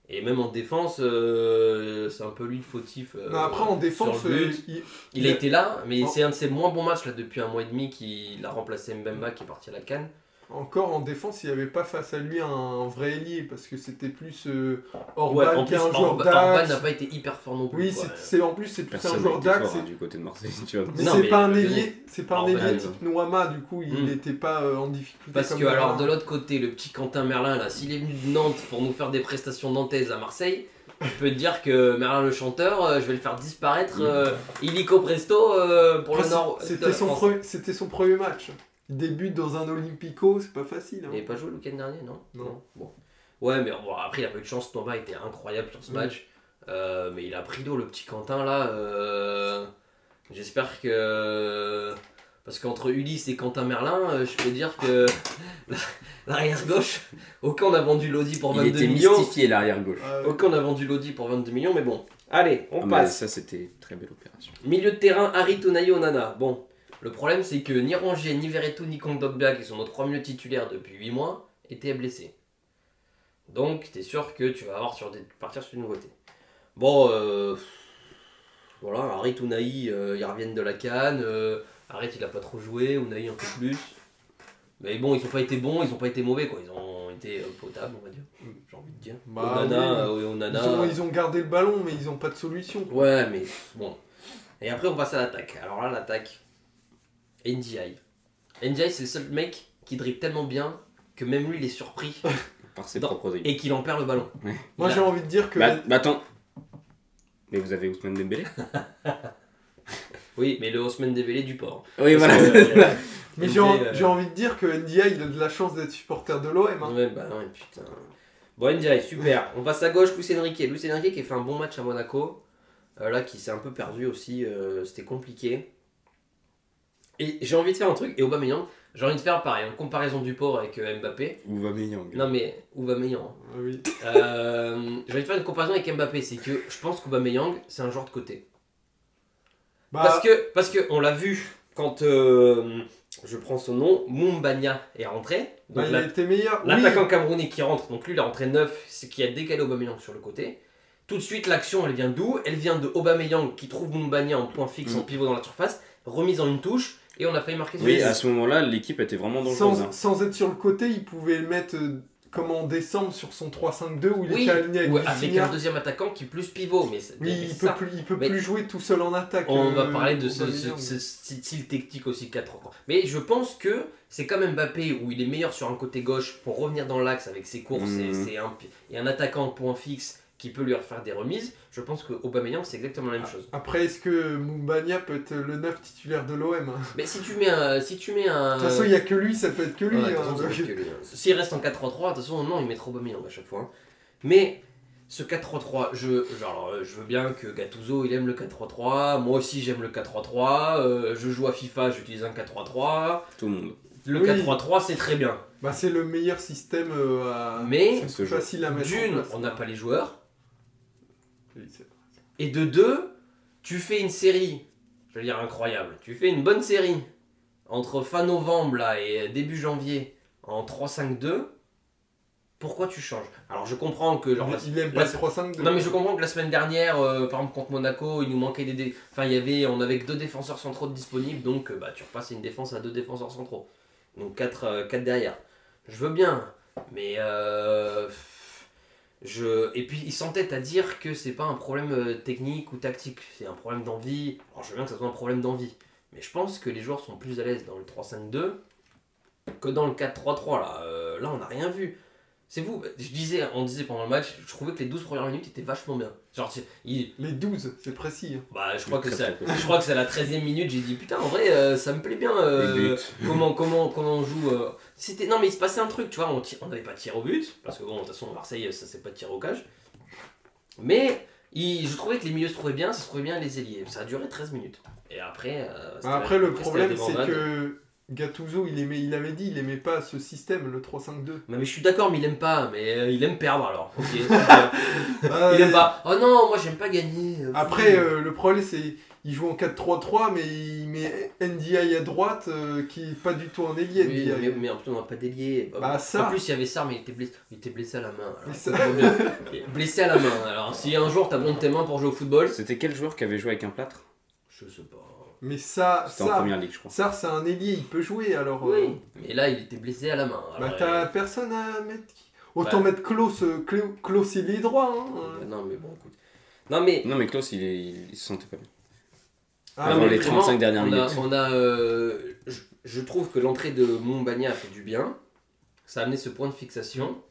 Et même en défense, euh, c'est un peu lui le fautif. euh, Non, après, en sur défense, le euh, but. il- Il a été là, mais Oh. c'est un de ses moins bons matchs là depuis un mois et demi qu'il a remplacé Mbemba qui est parti à la canne. encore en défense, il n'y avait pas face à lui un vrai ailier parce que c'était plus euh, Orban Ouais, en plus, qu'un joueur Orba- Orban n'a d'axe. pas été hyper fort non plus. Oui, quoi. c'est c'est- en plus, c'est plus un Personne joueur n'était d'axe. fort hein, du côté de Marseille, tu vois. Mais Non, c'est mais pas un le- ailier, c'est pas un Orban, ailier non. type Noama, du coup, il Mm. n'était pas euh, en difficulté. Parce comme que Noama. alors de l'autre côté, le petit Quentin Merlin là, s'il est venu de Nantes pour nous faire des prestations nantaises à Marseille, je peux te dire que Merlin le chanteur, euh, je vais le faire disparaître euh, illico presto euh, pour Après, le c'est- Nord. de C'était la son, France. premier- c'était son premier match. Il débute dans un Olympico, c'est pas facile. hein. Il n'avait pas joué le week-end dernier, non Non. Bon. Ouais, mais bon, après, il a pas eu de chance. Tomba était incroyable sur ce Oui. match. Euh, mais il a pris d'eau, le petit Quentin, là. euh, J'espère que. Parce qu'entre Ulysse et Quentin Merlin, euh, je peux dire que la- l'arrière-gauche, aucun on a vendu Lodi pour Il 22 était millions. mystifié l'arrière gauche. Ah, ouais. Aucun on a vendu Lodi pour 22 millions, mais bon. Allez, on Ah, mais passe. ça, c'était une très belle opération. Milieu de terrain, Harry Tonayo Onana. Bon, le problème c'est que ni Rongier, ni Verretou, ni Kondogbia, qui sont nos trois milieux titulaires depuis 8 mois, étaient blessés. Donc, t'es sûr que tu vas avoir sur des... partir sur une nouveauté. Bon, euh, voilà, Harry Tounaï, ils reviennent de la canne. euh, Arrête, il a pas trop joué, Ounaï un peu plus. Mais bon, ils ont pas été bons, ils ont pas été mauvais, quoi. Ils ont été euh, potables, on va dire. J'ai envie de dire. Bah, Onana, euh, Ils, Onana. ont, ils ont gardé le ballon, mais ils n'ont pas de solution. Ouais, mais bon. Et après, on passe à l'attaque. Alors là, l'attaque. NDI. NDI, c'est le seul mec qui dribble tellement bien que même lui, il est surpris Par ses Non. propres drills. et qu'il en perd le ballon. Moi, Là. j'ai envie de dire que. Bah, bah, attends. Mais vous avez Ousmane Dembélé Oui, mais le Haussmann Dembélé du port. Oui, Parce voilà. que, euh, mais NDI, j'ai en- euh, j'ai envie de dire que NDI, il a de la chance d'être supporter de l'OM. hein. Ouais, bah ouais, putain. Bon, NDI, super. On passe à gauche, Luis Enrique. Luis Enrique qui a fait un bon match à Monaco. Euh, là, qui s'est un peu perdu aussi. euh, C'était compliqué. Et j'ai envie de faire un truc. Et Aubameyang, j'ai envie de faire pareil. En comparaison du port avec euh, Mbappé. Ou Aubameyang. Non, mais Aubameyang. Ah oui. Euh, je vais te faire une comparaison avec Mbappé, c'est que je pense qu'Aubameyang, c'est un joueur de côté. Bah, Parce que, parce que on l'a vu quand euh, je prends son nom, Mumbanya est rentré. bah, Donc il la- a été meilleur. Oui, l'attaquant camerounais qui rentre, donc lui il est rentré 9, c'est qui a décalé Aubameyang sur le côté. Tout de suite l'action elle vient d'où Elle vient de Aubameyang qui trouve Mumbanya en point fixe, Mm. en pivot dans la surface, remise en une touche et on a failli marquer sur Oui, les- ah. à ce moment-là, l'équipe était vraiment dangereuse. hein. sans, sans être sur le côté, il pouvait le mettre euh, comme en décembre sur son 3-5-2 où il Oui, était aligné avec ou avec Vitinha. un deuxième attaquant qui est plus pivot, mais c'est Oui, mais il c'est peut, ça. plus, il peut Mais- plus jouer tout seul en attaque. On euh, va parler de ce, ce- Aubameyang. ce style style technique aussi 4 Mais je pense que c'est comme Mbappé où il est meilleur sur un côté gauche pour revenir dans l'axe avec ses courses et, Mhm. ses un, et un attaquant point fixe qui peut lui refaire des remises. Je pense que Aubameyang c'est exactement la Ah. même chose. Après, est-ce que Mumbania peut être le 9 titulaire de l'OM hein Mais si tu mets un, si tu mets un, De toute façon, il n'y a que lui, ça peut être que lui. Euh, Ouais, de toute hein, façon, ça donc- reste que lui, hein. S'il reste en 4-3-3, de toute façon, non, il mettra Aubameyang à chaque fois. hein. Mais ce 4-3-3, je, je- alors, euh, je veux bien que Gattuso, il aime le 4-3-3. Moi aussi, j'aime le 4-3-3. euh, je joue à FIFA, j'utilise un 4-3-3. Tout le monde. Le Oui. 4-3-3, c'est très bien. Bah, c'est le meilleur système euh, à. Mais, c'est plus facile à mettre. en D'une, place. on n'a pas les joueurs. Oui, c'est vrai. Et de deux, tu fais une série, je veux dire incroyable, tu fais une bonne série entre fin novembre là et début janvier en 3-5-2. Pourquoi tu changes Alors je comprends que genre, la- il aime pas la- le 3-5-2. non mais je comprends que la semaine dernière, euh, par exemple contre Monaco, il nous manquait des, dé- enfin il y avait, on avait que deux défenseurs centraux de disponibles, donc euh, bah tu repasses une défense à deux défenseurs centraux, donc 4 derrière. Je veux bien, mais euh, je et puis il s'entête à dire que c'est pas un problème euh, technique ou tactique, c'est un problème d'envie. Alors je veux bien que ça soit un problème d'envie, mais je pense que les joueurs sont plus à l'aise dans le 3-5-2 que dans le 4-3-3 là. Euh, là on n'a rien vu. C'est vous, je disais, on disait pendant le match, je trouvais que les 12 premières minutes étaient vachement bien. Genre, c'est- il- Les 12, c'est précis. hein. bah, je crois que Très, c'est à- très peu. je crois que c'est à la 13 e minute, j'ai dit putain en vrai euh, ça me plaît bien euh, Les buts. comment comment comment on joue euh. c'était non mais il se passait un truc tu vois on tire- on n'avait pas tiré au but parce que bon de toute façon à Marseille ça c'est pas tiré au cage mais il- je trouvais que les milieux se trouvaient bien ça se trouvait bien les ailiers ça a duré 13 minutes et après euh, c'était- Bah, Après, le c'était problème, la c'est débandade. que Gattuso, il, aimait, il avait dit, il aimait pas ce système, le 3-5-2. Mais, mais je suis d'accord, mais il aime pas. Mais euh, il aime perdre alors. Ok, super. Ah, il aime pas. Oh non, moi j'aime pas gagner. Après, euh, le problème, c'est il joue en 4-3-3, mais il met NDI à droite, euh, qui est pas du tout un ailier. Oui, NDI. mais, mais en plus, on va pas délier. euh, Bah, ça. En plus, il y avait ça, mais il était blessé, il était blessé à la main. alors. Mais ça- Il est blessé à la main. Alors, si un jour t'as besoin de tes mains pour jouer au football, C'était quel joueur qui avait joué avec un plâtre je sais pas. Mais ça, C'était en ça, première ligue, je crois. ça c'est un ailier, il peut jouer, alors... euh, Oui. Ah, Mais là, il était blessé à la main. Bah alors, t'as personne à mettre... qui- Autant Ouais. mettre Klaus, euh, Clé- Klaus il est droit. Hein. euh, euh. Non, mais bon, écoute. Non, mais. Non, mais Klaus, il, est- il se sentait pas bien. Ah, Avant mais les vraiment, 35 dernières on a- minutes. on a, euh, je, je trouve que l'entrée de Montbagna a fait du bien. Ça a amené ce point de fixation.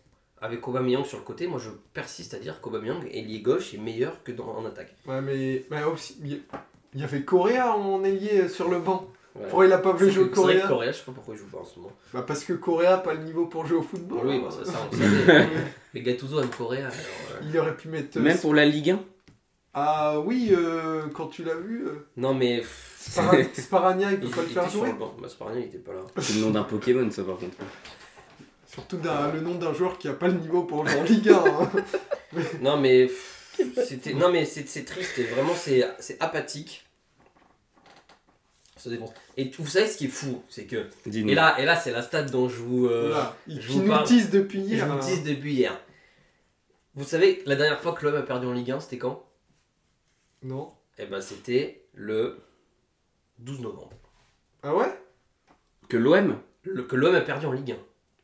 Avec Aubameyang sur le côté, moi je persiste à dire qu'Aubameyang, ailier gauche, est meilleur que dans, en attaque. Ouais, mais bah, aussi, il y- il y avait Correa en ailier euh, sur le banc. Ouais. Pourquoi il a pas voulu C'est jouer que- c'est vrai Correa que Correa, je sais pas pourquoi il joue pas en ce moment. Bah parce que Correa a pas le niveau pour jouer au football. oui, bah, ça, ça, on le savait. mais Gattuso aime Correa. alors, euh. il aurait pu mettre. euh, Même pour la Ligue 1 Ah oui, euh, quand tu l'as vu, euh, Non, mais. pff, Spara- Sparagna, il Il, peut pas le il faire était sur jouer. le banc. Bah, Spargna, il était pas là. C'est le nom d'un Pokémon, ça, par contre. Surtout d'un- le nom d'un joueur qui a pas le niveau pour jouer en Ligue 1. hein. Non mais pff, c'était non mais c'est c'est triste et vraiment c'est c'est apathique. Ça dépend. Et vous savez ce qui est fou, c'est que Dis-nous. et là et là c'est la stat dont je vous euh, Voilà. Il je qui vous nous parle- tease depuis je hier. euh. hein. vous là. dis depuis hier. Vous savez la dernière fois que l'OM a perdu en Ligue 1, c'était quand Non. Eh ben c'était le 12 novembre. Ah ouais Que l'OM Le, que l'OM a perdu en Ligue 1.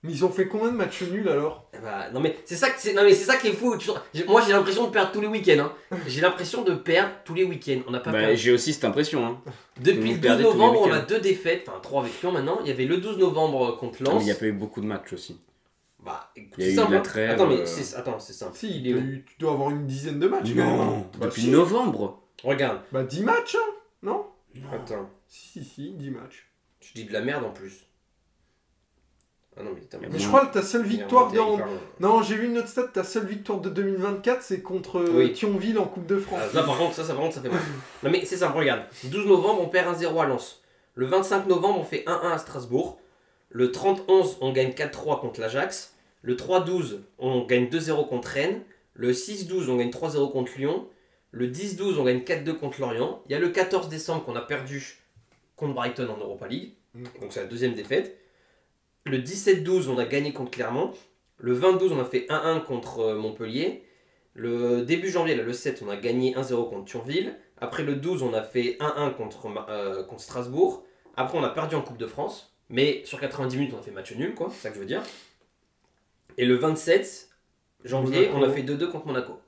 Mais ils ont fait combien de matchs nuls alors Eh ben, non mais c'est ça que c'est non mais c'est ça qui est fou. Tu- j'ai- Moi j'ai l'impression de perdre tous les week-ends. hein. J'ai l'impression de perdre tous les week-ends. On n'a pas perdu. bah, J'ai aussi cette impression. Hein. Depuis Vous le 12 perdez tous les novembre, on week-ends. a deux défaites, enfin trois avec Lyon maintenant. Il y avait le 12 novembre euh, contre Ah, mais Lens. il y a pas eu beaucoup de matchs aussi. Bah, écoute, il y a c'est eu simple. la hein. trêve, Attends, mais euh. c'est attends, c'est simple. Si, Il est tu- où tu dois avoir une dizaine de matchs. Non quand même. Bah, Depuis si. novembre Regarde. Bah 10 matchs hein Non Attends, Si, si, si, 10 matchs. tu dis de la merde en plus. Ah non, mais t'as Mais Mais Bon. je crois que ta seule victoire Merde, dans... pardon. Non, j'ai vu une autre stat, ta seule victoire de 2024, c'est contre euh, Oui. Thionville en Coupe de France. Ah, ça, par contre, ça, ça, par contre, ça fait mal. Non, mais c'est simple, regarde. 12 novembre, on perd 1-0 à Lens. Le 25 novembre, on fait 1-1 à Strasbourg. Le 30-11, on gagne 4-3 contre l'Ajax. Le 3-12, on gagne 2-0 contre Rennes. Le 6-12, on gagne 3-0 contre Lyon. Le 10-12, on gagne 4-2 contre Lorient. Il y a le 14 décembre qu'on a perdu contre Brighton en Europa League. Mm. Donc c'est la deuxième défaite. Le 17-12, on a gagné contre Clermont. Le 22, on a fait 1-1 contre euh, Montpellier. Le début janvier, là, le 7, on a gagné 1-0 contre Thionville. Après le 12, on a fait 1-1 contre, Ma- euh, contre Strasbourg. Après, on a perdu en Coupe de France. Mais sur 90 minutes, on a fait match nul, quoi. C'est ça que je veux dire. Et le 27 janvier, Monaco. on a fait 2-2 contre Monaco.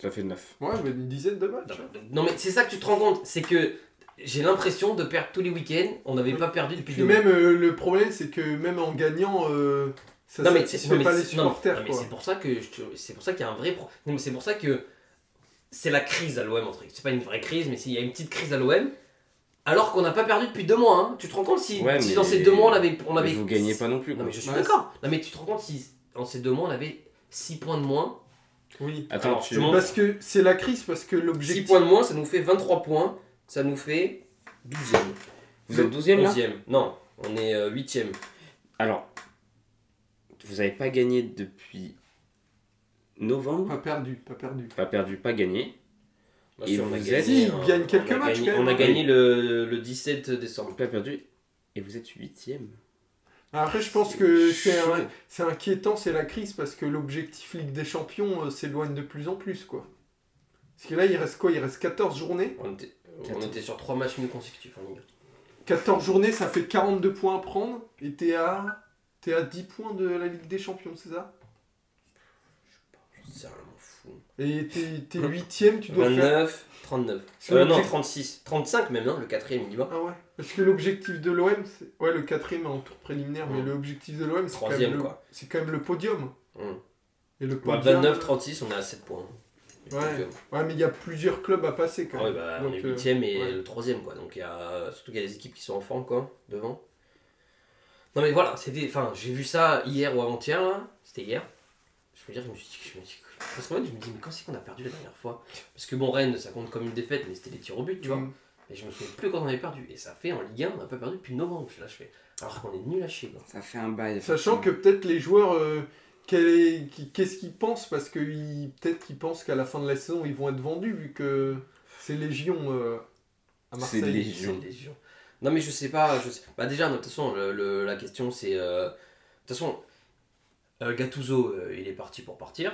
Ça fait 9. Ouais, mais une dizaine de matchs. hein. Non, mais c'est ça que tu te rends compte. C'est que j'ai l'impression de perdre tous les week-ends. On n'avait Oui. pas perdu depuis Puis deux même euh, le problème, c'est que même en gagnant, euh, ça non mais c'est non, satisfait mais pas c'est- les non, supporters. non, mais quoi. c'est pour ça que je te- c'est pour ça qu'il y a un vrai pro- non, mais c'est pour ça que c'est la crise à l'OM entre guillemets. c'est pas une vraie crise mais s'il y a une petite crise à l'OM alors qu'on n'a pas perdu depuis deux mois hein. tu te rends compte si, Ouais, si mais- dans ces deux mois on avait on avait Mais vous gagnez pas non plus. non quoi. mais je suis Ouais, d'accord non mais tu te rends compte si dans ces deux mois on avait 6 points de moins Oui. Attends, Alors, tu... je m'en- Parce que c'est la crise, parce que 6 l'objectif. points de moins ça nous fait 23 points ça nous fait 12ème vous êtes 12 e là 11ème non on est euh, 8ème Alors, vous avez pas gagné depuis novembre Pas perdu, pas perdu. Ah. Pas perdu, pas gagné. Et vous êtes- Si, il gagne quelques hein. on a matchs, gagné- quand même. on a gagné le, le 17 décembre Pas perdu. Et vous êtes 8 e Ah, Après, je pense que c'est un- c'est inquiétant, c'est la crise, parce que l'objectif Ligue des Champions euh, s'éloigne de plus en plus. quoi. Parce que là, il reste quoi Il reste 14 journées. On était, on Quatre. était sur 3 matchs nuls consécutifs hein, en Ligue 14 journées, ça fait 42 points à prendre. Et t'es à... t'es à 10 points de la Ligue des Champions, c'est ça 1. C'est vraiment fou. Et t'es- t'es 8ème, tu dois faire. 29, 39. Sur Euh, le non, petit- 36. 35 même, hein, le quatrième, il y va. Ah ouais. Parce que l'objectif de l'OM, c'est. Ouais, le quatrième en tour préliminaire, mais Mm. l'objectif de l'OM, c'est quand, Troisième, même le- quoi. c'est quand même le podium. Mm. Et le Bah, podium. 29, 36, on est à 7 points. euh, Ouais. Ouais, mais il y a plusieurs clubs à passer quand Ah ouais, même. bah, on Donc, est euh, 8ème et ouais. le 3 quoi. Donc, il y a, surtout qu'il y a des équipes qui sont en forme, quoi, devant. Non, mais voilà, c'était. Enfin, j'ai vu ça hier ou avant-hier, là. C'était hier. Je peux dire, je me suis dit. Je me suis dit- parce qu'en fait, je me dis, mais quand c'est qu'on a perdu la dernière fois Parce que bon, Rennes, ça compte comme une défaite, mais c'était des tirs au but, tu vois. mm. Et je me souviens plus quand on avait perdu. Et ça fait en Ligue 1, on n'a pas perdu depuis novembre. Je suis Là, je fais. Alors qu'on est nul à chier. quoi. Ça fait un bail. Sachant que peut-être les joueurs, euh, quel est- qui- qu'est-ce qu'ils pensent Parce que ils- peut-être qu'ils pensent qu'à la fin de la saison, ils vont être vendus, vu que c'est Légion euh, à C'est Marseille. Légion. C'est une légion. Non, mais je sais pas. Je sais- Bah, déjà, non, de toute façon, le- le- la question c'est. euh, De toute façon, euh, Gattuso, euh, il est parti pour partir.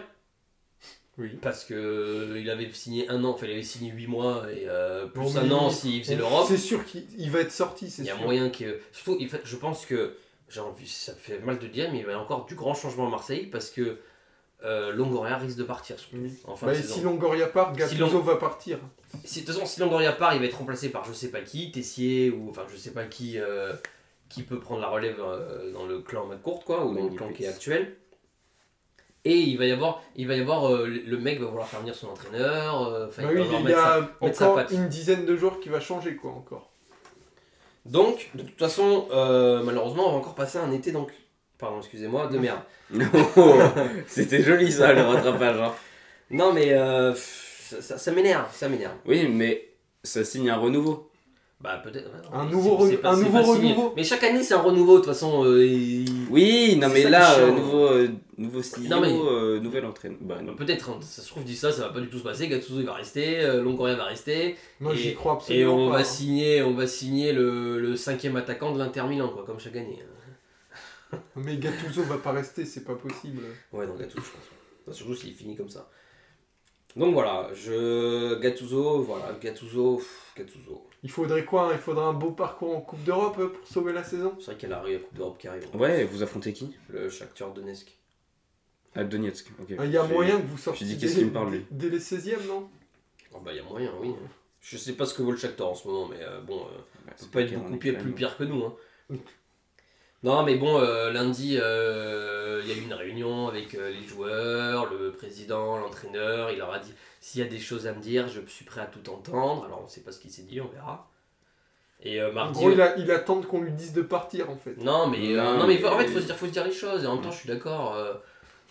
Oui. Parce que euh, il avait signé un an, enfin, il avait signé 8 mois et euh, plus Bon, un mais- an s'il faisait l'Europe. C'est sûr qu'il il va être sorti, c'est Il y a sûr. moyen que. Surtout, il fait- je pense que. J'ai envie, ça me fait mal de le dire, mais il va y avoir encore du grand changement à Marseille parce que euh, Longoria risque de partir. surtout, Oui. En fin Bah, de et saison. si Longoria part, Si Gattuso Long- va partir. Si- de toute façon, si Longoria part, il va être remplacé par je sais pas qui, Tessier, ou enfin je sais pas qui, euh, qui peut prendre la relève euh, dans le clan McCourt, quoi, ou dans le Oui, clan oui. qui est actuel. Et il va y avoir, il va y avoir euh, le mec va vouloir faire venir son entraîneur, euh, enfin, Bah il oui, va vouloir il y mettre ça. a mettre sa encore patte. une dizaine de joueurs qui va changer, quoi, encore. Donc, de toute façon, euh, malheureusement, on va encore passer un été donc. Pardon, excusez-moi, de merde. Oh, C'était joli ça, le rattrapage. hein. Non mais euh, pff, ça, ça- ça m'énerve, ça m'énerve. Oui, mais ça signe un renouveau. Bah peut-être. Un mais nouveau c'est- re- c'est pas- un c'est nouveau pas signé. renouveau. Mais chaque année c'est un renouveau de toute façon. euh, il- Oui, non C'est mais ça là, qui est euh, chiant. nouveau, euh, nouveau studio, Non, mais- euh, nouvel entraîneur. Bah, Bah, non. Peut-être, hein. ça se trouve, je dis ça, ça va pas du tout se passer. Gattuso il va rester, euh, Longoria va rester, Moi, Et- j'y crois et absolument on pas. va signer, on va signer le, le cinquième attaquant de l'Inter Milan, quoi, comme chaque année. hein. hein. Mais Gattuso va pas rester, c'est pas possible. Ouais, non, Gattuso, je pense. Enfin, surtout s'il finit comme ça. Donc voilà, je Gattuso, voilà, Gattuso, pff, Gattuso. Il faudrait quoi hein Il faudrait un beau parcours en Coupe d'Europe euh, pour sauver la saison C'est vrai qu'il y a la rue à Coupe d'Europe qui arrive. hein. Ouais, vous affrontez qui Le Shakhtar Donetsk. À Donetsk. ok. Ah, Il y a J'ai- moyen que vous sortiez dit, qu'est-ce dès- qu'il me parle, lui dès les 16e, non Ah bah il y a moyen, oui. Je sais pas ce que vaut le Shakhtar en ce moment, mais euh, bon, euh, Bah, Ça c'est peut être clair, beaucoup on est pire- quand plus même- pire que nous. hein. Oui. Non, mais bon, euh, lundi, euh, il y a eu une réunion avec euh, les joueurs, le président, l'entraîneur. Il leur a dit s'il y a des choses à me dire, je suis prêt à tout entendre. Alors, on ne sait pas ce qu'il s'est dit, on verra. Et euh, En mardi. gros, Oh, il, a- il attend qu'on lui dise de partir, en fait. Non, mais, euh, Non, non, mais, mais- en fait, il faut, se dire- faut se dire les choses. Et en même temps, je suis d'accord. euh,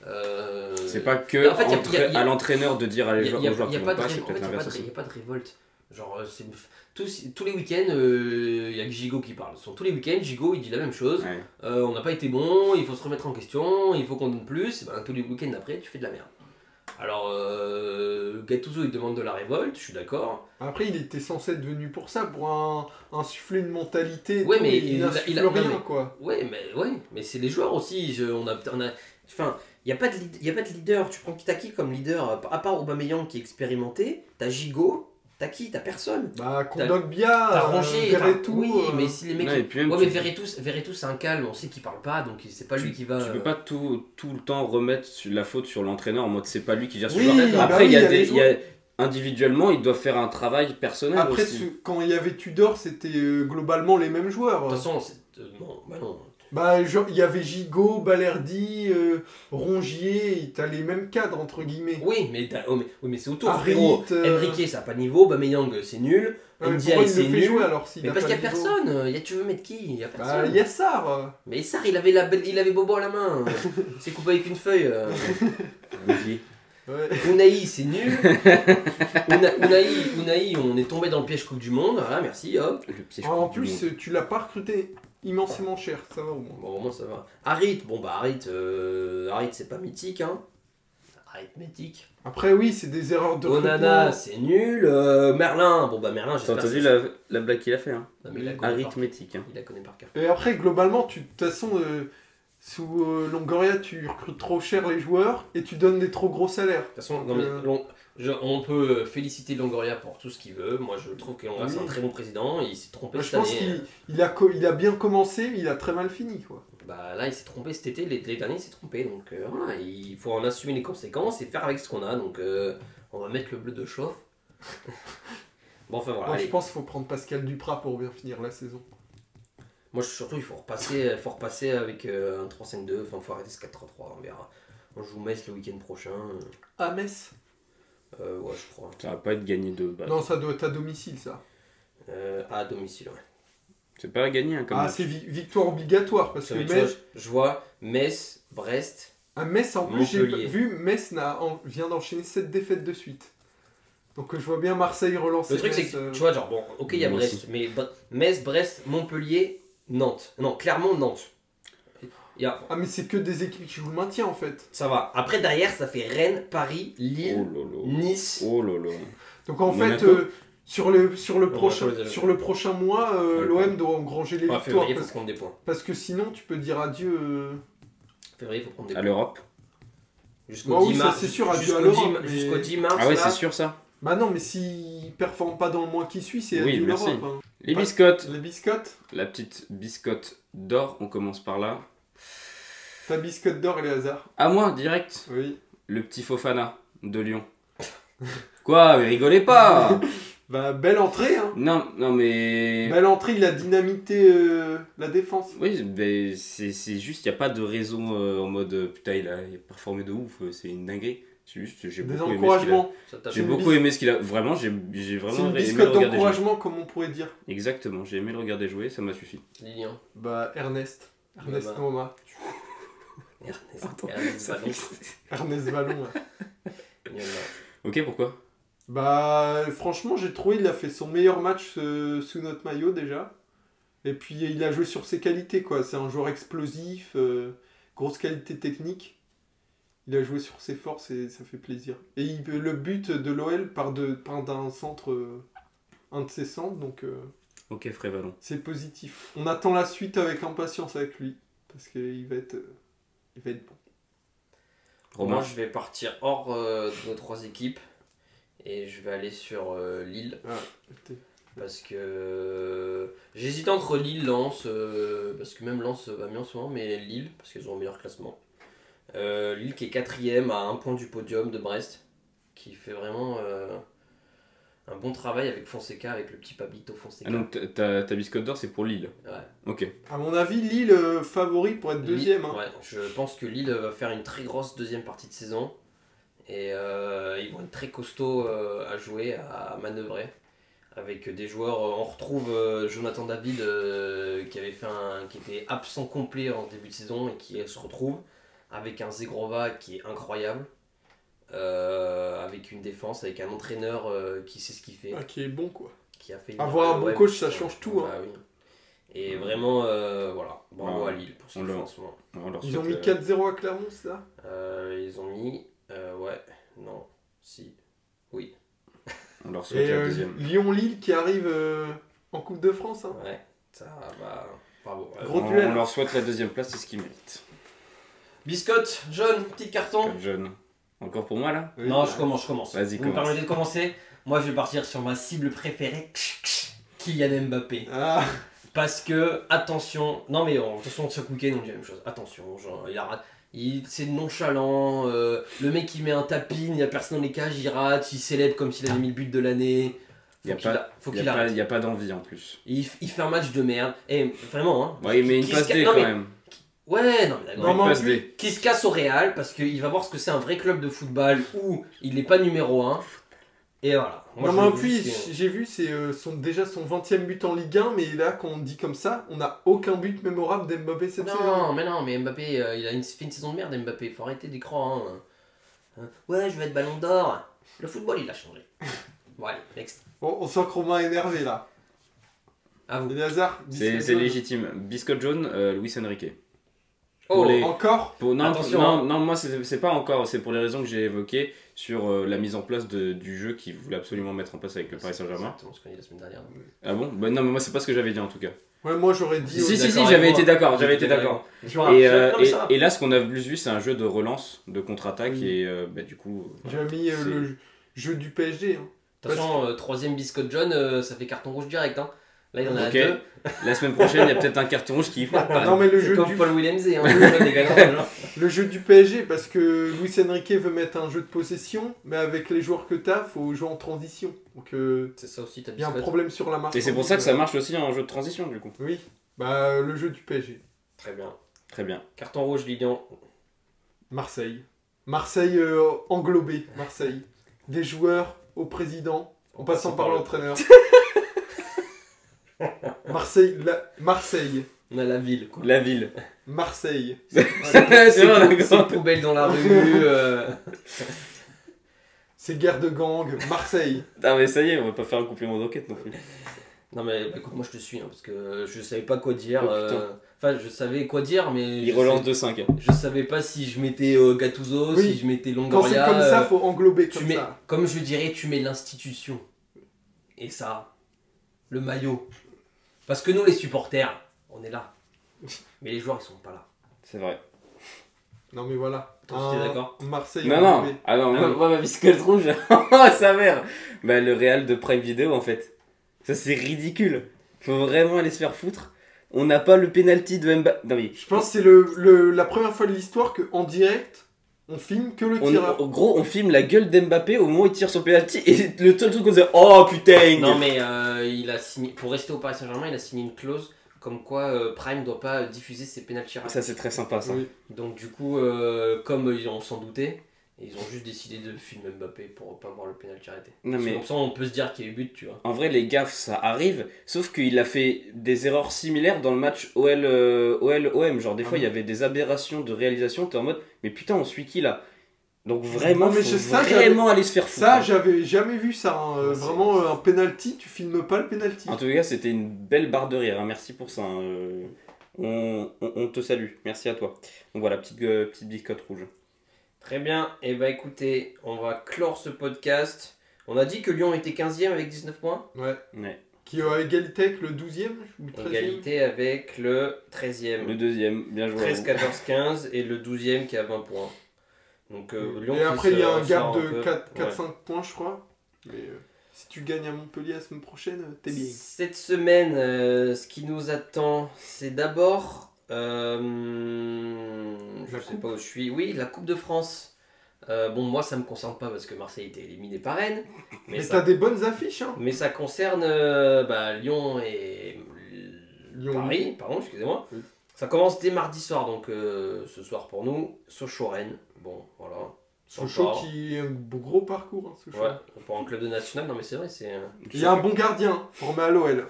euh, C'est pas que En fait, y a- entre- y a- y a- à l'entraîneur de dire à Il les n'y a, joueurs y a- aux joueurs y a qui pas vont de pas, ré- c'est en fait, peut-être y a pas l'inverse. de ré- aussi. y a pas de révolte. Genre, euh, c'est- tous, tous les week-ends, euh, il y a que Gigo qui parle. Ce sont tous les week-ends, Gigo il dit la même chose. Ouais. Euh, on n'a pas été bon, il faut se remettre en question, il faut qu'on donne plus. Et ben, tous les week-ends après, tu fais de la merde. Alors, euh, Gattuso il demande de la révolte, je suis d'accord. Après, il était censé être venu pour ça, pour un, insuffler une mentalité. et Ouais, tout, mais il, il a- n'insuffle il a- non, rien, mais- quoi. Ouais, mais ouais, mais c'est les joueurs aussi. je- on a, on a- enfin, il n'y a pas de, lead- y a pas de leader. Tu prends qui- t'as qui comme leader à part- à part Aubameyang qui est expérimenté, t'as Gigo, t'as qui, t'as personne. Bah, Kondogbia, T'as euh, rangé, Verretou, Oui, euh, mais si les mecs. Non, et puis même, ouais, mais tu- Verretus, Verretus, c'est un calme, on sait qu'il parle pas, donc c'est pas lui qui va. Tu peux euh, pas tout, tout le temps remettre sur la faute sur l'entraîneur en mode c'est pas lui qui gère ce Oui, joueur. bah Après, il oui, y il y a a les des. il y a- Individuellement, ils doivent faire un travail personnel. Après, aussi. ce- quand il y avait Tudor, c'était euh, globalement les mêmes De joueurs. toute façon, c'est- euh, non, bah non. Bah, genre, il y avait Gigot, Balerdi, euh, Rongier, et t'as les mêmes cadres, entre guillemets. Oui, mais, t'as- oh, mais, oui, mais c'est autour, Harit, frérot. euh, Enrique, ça a pas de niveau, Bameyang, c'est nul. Ouais, mais Ndiaye, pourquoi il c'est Hein, le fait nul. jouer alors s'il Mais a parce pas qu'il y a le niveau personne, euh, y a- tu veux mettre qui Y a Bah, personne. il y a Sarr. Mais Sarr, il avait, la belle- il avait Bobo à la main. c'est coupé avec une feuille. euh. Olivier. Ouais. Unai, c'est nul. Una- Unai, Unai, on est tombé dans le piège Coupe du Monde. Voilà, merci, hop. Le piège Ah, en Coupe du plus, Monde. euh, tu l'as pas recruté immensément cher, ça va au moins. Bon, au moins ça va. Harit, bon bah Harit, euh, Harit c'est pas mythique, hein. Harit mythique. Après, oui, c'est des erreurs Oh, de Onana, recrutement. c'est nul. Euh, Merlin, bon bah Merlin, T'as j'espère. entendu que- la, la blague qu'il a fait, hein Non, mais il la connaît par- Arithmétique. hein. Il la connaît par cœur. Et après, globalement, tu- de toute façon, euh, sous euh, Longoria, tu recrutes trop cher les joueurs et tu donnes des trop gros salaires. De toute façon, non, mais Euh. l'on- je- on peut féliciter Longoria pour tout ce qu'il veut. Moi, je trouve que Longoria, Oui. c'est un très bon président. Il s'est trompé Moi, Bah, je cette pense année. qu'il il a, co- il a bien commencé, mais il a très mal fini, quoi. Bah, là, il s'est trompé cet été. Les, les derniers, il s'est trompé. Donc, euh, voilà, il faut en assumer les conséquences et faire avec ce qu'on a. Donc, euh, on va mettre le bleu de chauffe. bon, enfin, Bah, voilà. Moi, allez. je pense qu'il faut prendre Pascal Duprat pour bien finir la saison. Moi, je- surtout, il faut repasser, faut repasser avec euh, un 3-5-2. Enfin, faut arrêter ce 4-3-3. On verra. On joue Metz le week-end prochain. À Metz Euh, ouais, je crois. Ça va pas être gagné de base. Non, ça doit être à domicile, ça. Euh, à domicile, ouais. C'est pas gagné, hein, comme ah, match. c'est vi- victoire obligatoire, parce Ça que veut dire, Metz, je, je vois Metz, Brest. à Metz, en plus, j'ai Montpellier. vu, Metz n'a en- vient d'enchaîner 7 défaites de suite. Donc euh, je vois bien Marseille relancer. Le truc, c'est Metz, que euh, tu vois, genre, bon, ok, il y a Moi Brest, aussi. mais Bre- Metz, Brest, Montpellier, Nantes. Non, clairement Nantes. Il y a- Ah, mais c'est que des équipes qui jouent le maintien en fait. ça va. Après, derrière, ça fait Rennes, Paris, Lille, Oh lolo. Nice. Oh lolo. Donc en fait, Monaco. euh, sur, le, sur, le Monaco, prochain, les Allemands. sur le prochain mois, euh, Ouais, l'OM doit engranger les Ouais, victoires. Ah, février, faut Parce, prendre des points. parce que sinon, tu peux dire adieu. euh, Février, faut prendre des À points. l'Europe. Jusqu'au Bah oui, 10 ça, mars. c'est sûr, adieu à jusqu'au 10 l'Europe, mais- jusqu'au 10 mars. Ah ouais, là, c'est sûr ça. Bah non, mais s'ils performent pas dans le mois qui suit, c'est Oui, adieu merci. l'Europe. hein. Les Pas- biscottes. Les biscottes La petite biscotte d'or, on commence par là. Ta biscotte d'or et les hasards. À moi, direct. Oui. Le petit Fofana de Lyon. Quoi Mais rigolez pas Bah, belle entrée, hein. Non, non mais... Belle entrée, il a dynamité euh, la défense. Oui, mais c'est c'est juste, il n'y a pas de raison euh, en mode euh, putain, il a, il a performé de ouf, euh, c'est une dinguerie. C'est juste, j'ai Des beaucoup aimé ce qu'il a. encouragements. ça tape. J'ai une beaucoup bis- aimé ce qu'il a. Vraiment, j'ai j'ai C'est vraiment une aimé le biscotte regarder jouer. d'encouragement, comme on pourrait dire. Exactement, j'ai aimé le regarder jouer, ça m'a suffi. Lille, hein. Bah, Ernest. Ah, Ernest Ouais, bah. Noma. Ernest, Attends, Ernest ça Ballon. Ernest Vallon. ouais. Il y en a. Ok, pourquoi Bah, franchement, j'ai trouvé il a fait son meilleur match euh, sous notre maillot déjà. Et puis, il a joué sur ses qualités, quoi. C'est un joueur explosif, euh, grosse qualité technique. Il a joué sur ses forces et ça fait plaisir. Et il- le but de l'OL part de- part d'un centre, euh, un de ses centres, donc euh, Ok, Frévalon. c'est positif. On attend la suite avec impatience avec lui, parce qu'il va être, euh, il va être bon. Romain Moi, je vais partir hors euh, de nos trois équipes et je vais aller sur euh, Lille parce que euh, j'hésite entre Lille, Lens, euh, parce que même Lens va mieux en ce moment, mais Lille parce qu'ils ont le meilleur classement. Euh, Lille qui est quatrième à un point du podium de Brest, qui fait vraiment euh, un bon travail avec Fonseca, avec le petit Pablito Fonseca. Ah donc, ta- ta ta biscotte d'or, c'est pour Lille. Ouais. Ok. À mon avis, Lille euh, favori pour être deuxième. Lille- hein. ouais, je pense que Lille va faire une très grosse deuxième partie de saison. Et euh, ils vont être très costauds euh, à jouer, à manœuvrer. Avec des joueurs, euh, on retrouve euh, Jonathan David euh, qui avait fait un, qui était absent complet en début de saison et qui se retrouve avec un Zegrova qui est incroyable, Euh, avec une défense, avec un entraîneur euh, qui sait ce qu'il fait Ah, qui est bon, quoi. qui a fait Avoir un bon ouais, coach, ça ouais. change tout, hein. Bah oui. Et vraiment, euh, voilà, bravo Ouais. à Lille pour ce On qu'ils le- font en ce moment. On leur Ils ont mis souhaite, euh, 4-0 à Clermont, c'est ça Euh, ils ont mis, euh, ouais, non, si, oui, On leur souhaite Et la euh, deuxième. Lyon-Lille qui arrive euh, en Coupe de France. hein. ouais, ça va, bravo. Ouais. On, Gros- duel. on leur souhaite la deuxième place, c'est ce qu'ils méritent. Biscotte, jaune, petit carton. Comme jeune. Encore pour moi là Non, je commence, je commence. bah, Vas-y, Vous me commence. permettez de commencer Moi, je vais partir sur ma cible préférée, Kylian Mbappé. Ah, Parce que, attention, non mais on- de toute façon, chaque week-end on dit la même chose. Attention, genre, il a rat- il- c'est nonchalant, euh, le mec il met un tapin, il n'y a personne dans les cages, il rate, il célèbre comme s'il avait mis le but de l'année. Y a Faut qu'il pas- a- faut Il n'y qu'il a, pas- arrête. y a pas d'envie en plus. Il, f- il fait un match de merde. Et vraiment, hein. Ouais, il met Qui une se passe ca- D non, quand mais- même. Ouais, non mais Il met d'accord. une mais en passe plus- D. Qui se casse au Real parce qu'il va voir ce que c'est un vrai club de football où il n'est pas numéro 1. Et voilà. Moi, non, je mais veux puis juste que- j'ai vu, c'est euh, son, déjà son 20 e but en Ligue 1, mais là, quand on dit comme ça, on n'a aucun but mémorable d'Mbappé cette saison. Non, mais non, mais Mbappé, euh, il a une, fait une saison de merde, Mbappé. Faut arrêter d'y croire. hein. Hein, Ouais, je vais être ballon d'or. Le football, il a changé. Bon, allez, next. Bon, on sent que Romain est énervé là. À Et vous. les hasards C'est c'est légitime. Biscotte jaune, euh, Luis Enrique. Oh, les- Encore Pour- non, Attention, non, non, moi c'est c'est pas encore, c'est pour les raisons que j'ai évoquées sur euh, la mise en place de- du jeu qu'il voulait absolument mettre en place avec le Paris Saint-Germain. Exactement ce qu'on a dit la semaine dernière. Ah bon Bah Non, mais moi c'est pas ce que j'avais dit en tout cas. Ouais, moi j'aurais dit. Si, ouais. si, si, D'accord avec j'avais moi. été d'accord, j'avais été d'accord. Je J'aurais- me Et, rappelle. euh, Non, mais et, ça va. et là, ce qu'on a vu juste, c'est un jeu de relance, de contre-attaque, Oui. et euh, bah, du coup. euh, J'aurais mis euh, C'est- le jeu- jeu du PSG. hein. De toute façon, euh, troisième biscotte John, euh, ça fait carton rouge direct. Hein. Là, il en a Ok. deux. La semaine prochaine, il y a peut-être un carton rouge qui. non, mais le C'est jeu, comme du... Paul Williamsey. Hein, le John également, genre. le jeu du PSG, parce que Luis Enrique veut mettre un jeu de possession, mais avec les joueurs que t'as, faut jouer en transition. Donc euh, C'est ça aussi, ta il y a un biscotte. problème sur la marque. euh, Et c'est pour ça que ça marche aussi en jeu de transition, du coup. Oui, bah le jeu du PSG. Très bien. Très bien. Carton rouge, Lilian. Marseille. Marseille euh, englobé, Marseille. Des joueurs au président, en passant par l'entraîneur. Marseille, la- Marseille, On a la ville, quoi. La ville. Marseille. C'est C'est bon, pou- c'est d'accord. poubelle dans la rue. euh, C'est guerre de gang, Marseille. Ah, mais ça y est, on va pas faire un compliment d'enquête non plus. Non mais bah, écoute, moi je te suis, hein, parce que euh, je savais pas quoi dire. Oh, euh, Enfin, je savais quoi dire, mais Il je, relance hein. sais- de 5. je savais pas si je mettais euh, Gattuso, Oui. si je mettais Quand c'est Longoria. comme ça, euh, faut englober tu comme mets, ça. comme je dirais, tu mets l'institution. Et ça, le maillot. Parce que nous, les supporters, on est là. Mais les joueurs, ils sont pas là. C'est vrai. Non mais voilà. Attends, si t'es Un d'accord. Marseille Non, englobé. non, ah non, Ah moi, oui. moi, ma bicyclette rouge, oh, sa mère Bah, le Real de Prime Video en fait. Ça, c'est ridicule. Faut vraiment aller se faire foutre. On n'a pas le penalty de Mbappé. Non, mais. Je pense que c'est le, le- la première fois de l'histoire que en direct, on filme que le On, tireur. en gros, on filme la gueule d'Mbappé au moment où il tire son penalty et le seul truc qu'on disait Oh putain Non mais euh, il a signé, pour rester au Paris Saint-Germain, il a signé une clause comme quoi euh, Prime doit pas diffuser ses pénaltys ratés. Ça, c'est très sympa ça. Oui. Donc du coup, euh, comme ils en s'en doutaient, ils ont juste décidé de filmer Mbappé pour pas voir le pénalty raté. Non, Parce que mais- Comme ça, on peut se dire qu'il y a eu but, tu vois. En vrai, les gaffes, ça arrive, sauf qu'il a fait des erreurs similaires dans le match OL, euh, OL OM. Genre, des fois, Ah. il y avait des aberrations de réalisation, t'es en mode, mais putain, on suit qui là Donc, vraiment, Non, mais faut je- ça, vraiment aller se faire foutre. hein. Ça, j'avais jamais vu ça. hein. Euh, Ouais, c'est- Vraiment, c'est- euh, un penalty, tu filmes pas le penalty. en tout cas, c'était une belle barre de rire, hein, merci pour ça. hein, euh, On, on- on te salue, merci à toi. Donc voilà, petite, euh, petite bicote rouge. Très bien, et bah écoutez, on va clore ce podcast. On a dit que Lyon était 15ème avec 19 points. Ouais. Ouais. Qui est à égalité avec le 12e ou 13e Égalité avec le 13ème. Le deuxième, bien joué. à vous. 13, 14, 15 et le 12ème qui a 20 points. Donc euh, Lyon Et qui après, il y se a un gap ressort un peu. de 4 Ouais. 4-5 points, je crois. Mais euh, si tu gagnes à Montpellier la semaine prochaine, euh, t'es bien. Cette semaine, euh, ce qui nous attend, c'est d'abord. euh, je La sais coupe. pas où je suis. Oui, la Coupe de France. Euh, bon, moi, ça me concerne pas parce que Marseille était éliminé par Rennes. Mais, Mais t'as ça, des bonnes affiches, hein. mais ça concerne euh, bah, Lyon et. Lyon. Paris, pardon, excusez-moi. Oui. Ça commence dès mardi soir, donc euh, ce soir pour nous. Sochaux-Rennes. Bon, voilà. Sochaux Encore. qui est un gros parcours, hein, Sochaux. Ouais, pour un club de national, non mais c'est vrai, c'est. euh, Il y a un bon gardien formé à l'OL.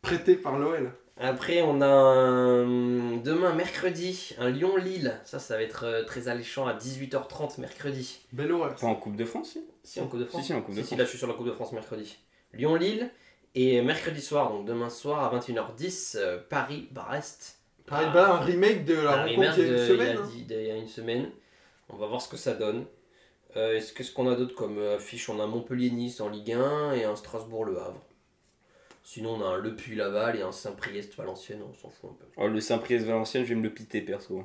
Prêté par l'OL. Après, on a un- demain, mercredi, un Lyon-Lille. Ça, ça va être euh, très alléchant à 18h30 mercredi. Belle horreur. Pas en Coupe de France, si Si, en Coupe de France Si, si, en Coupe de Si, si, France. là, je suis sur la Coupe de France mercredi. Lyon-Lille. Et mercredi soir, donc demain soir à 21h10, euh, Paris-Brest. Ah, Pareil, bah, un remake de la Un rencontre rematch il y a de- euh, il y une a semaine. hein. dix- d'il y a une semaine. On va voir ce que ça donne. Euh, Est-ce que- ce qu'on a d'autre comme euh, affiche On a Montpellier-Nice en Ligue 1 et un Strasbourg-Le Havre. Sinon, on a un Le Puy-Laval et un Saint-Priest-Valenciennes. On s'en fout un peu. Oh, le Saint-Priest-Valenciennes, je vais me le piter perso.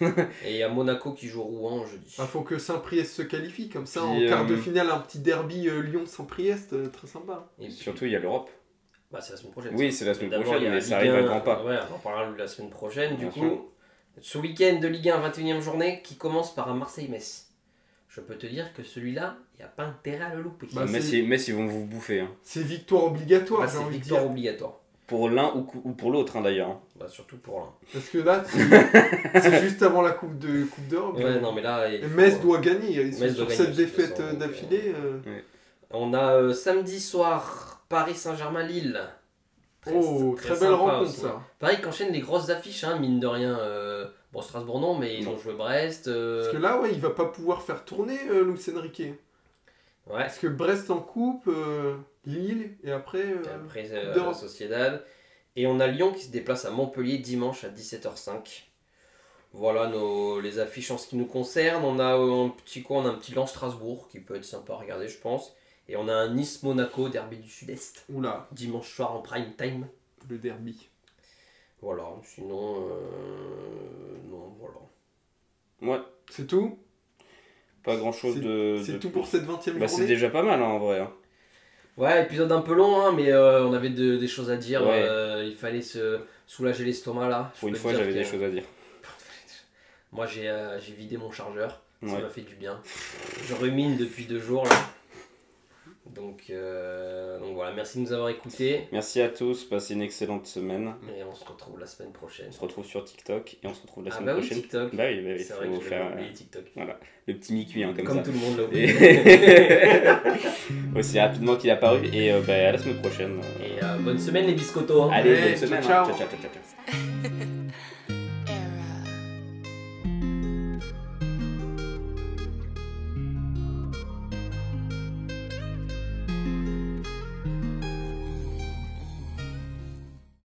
Et il y a Monaco qui joue Rouen jeudi. Ah, faut que Saint-Priest se qualifie, comme ça Puis, en quart de euh, finale, un petit derby euh, Lyon-Saint-Priest, euh, très sympa. Et puis- Surtout, il y a l'Europe. bah, c'est la semaine prochaine. Oui, c'est la ça. Mais semaine d'abord, prochaine, il y a mais la ça Ligue arrive à 1. grands pas. Ouais, on en parlera la semaine prochaine. Du Bien coup, sûr. ce week-end de Ligue 1, 21 e journée, qui commence par un Marseille-Metz. Je peux te dire que celui-là, il n'y a pas intérêt à le louper. Bah, Metz, c'est- ils- Metz, ils vont vous bouffer. hein. C'est victoire obligatoire, Bah, j'ai c'est envie de victoire dire. obligatoire. Pour l'un ou, cou- ou pour l'autre, hein, d'ailleurs. hein. Bah, surtout pour l'un. Parce que là, c'est c'est juste avant la Coupe de Coupe d'Europe. hein. Ouais, non, mais là, il Et faut- Metz doit gagner, ils sont Metz doit gagner, sur cette de toute défaite façon, euh, donc, d'affilée. euh, On a euh, samedi soir Paris Saint-Germain-Lille. Très- Oh, très, belle sympa rencontre aussi. ça. Pareil qu'enchaînent les grosses affiches, hein, mine de rien. euh, Bon, Strasbourg non, mais ils Non. ont joué Brest. euh, Parce que là, ouais, il va pas pouvoir faire tourner euh, Luis Enrique. Ouais. Parce que Brest en coupe, euh, Lille, et après. euh, Et après euh, d'Europe. Sociedad. Et on a Lyon qui se déplace à Montpellier dimanche à 17h05. Voilà nos, les affiches en ce qui nous concerne. On a euh, un petit quoi, on a un petit Lens Strasbourg qui peut être sympa à regarder, je pense. Et on a un Nice Monaco derby du Sud-Est Oula, dimanche soir en prime time. le derby. Voilà. Sinon, euh, non, voilà. Ouais, C'est tout pas grand chose C'est- de. Euh, de- C'est tout pour cette 20 e Bah, c'est journée déjà pas mal hein, en vrai. hein. Ouais, épisode un peu long, hein, mais euh, on avait de- des choses à dire. Ouais. euh, il fallait se soulager l'estomac là. Je Pour une peux fois, te dire j'avais que- des choses à dire. Moi, j'ai euh, j'ai vidé mon chargeur. Ça Ouais. m'a fait du bien. Je rumine depuis deux jours là. Donc, euh, donc voilà, merci de nous avoir écoutés. Merci à tous, passez une excellente semaine. Et on se retrouve la semaine prochaine. On se retrouve sur TikTok et on se retrouve la ah semaine bah oui, prochaine. TikTok. Bah oui, bah oui, C'est vrai faut que j'avais faire oublié TikTok. euh, le petit mi hein, comme, Comme, ça. tout le monde l'a oublié. Et- Aussi rapidement qu'il est apparu et euh, bah, à la semaine prochaine. Et euh, bonne semaine les biscottos. hein. Allez, Ouais, bonne semaine. hein. ciao, ciao. ciao, ciao, ciao, ciao. Thank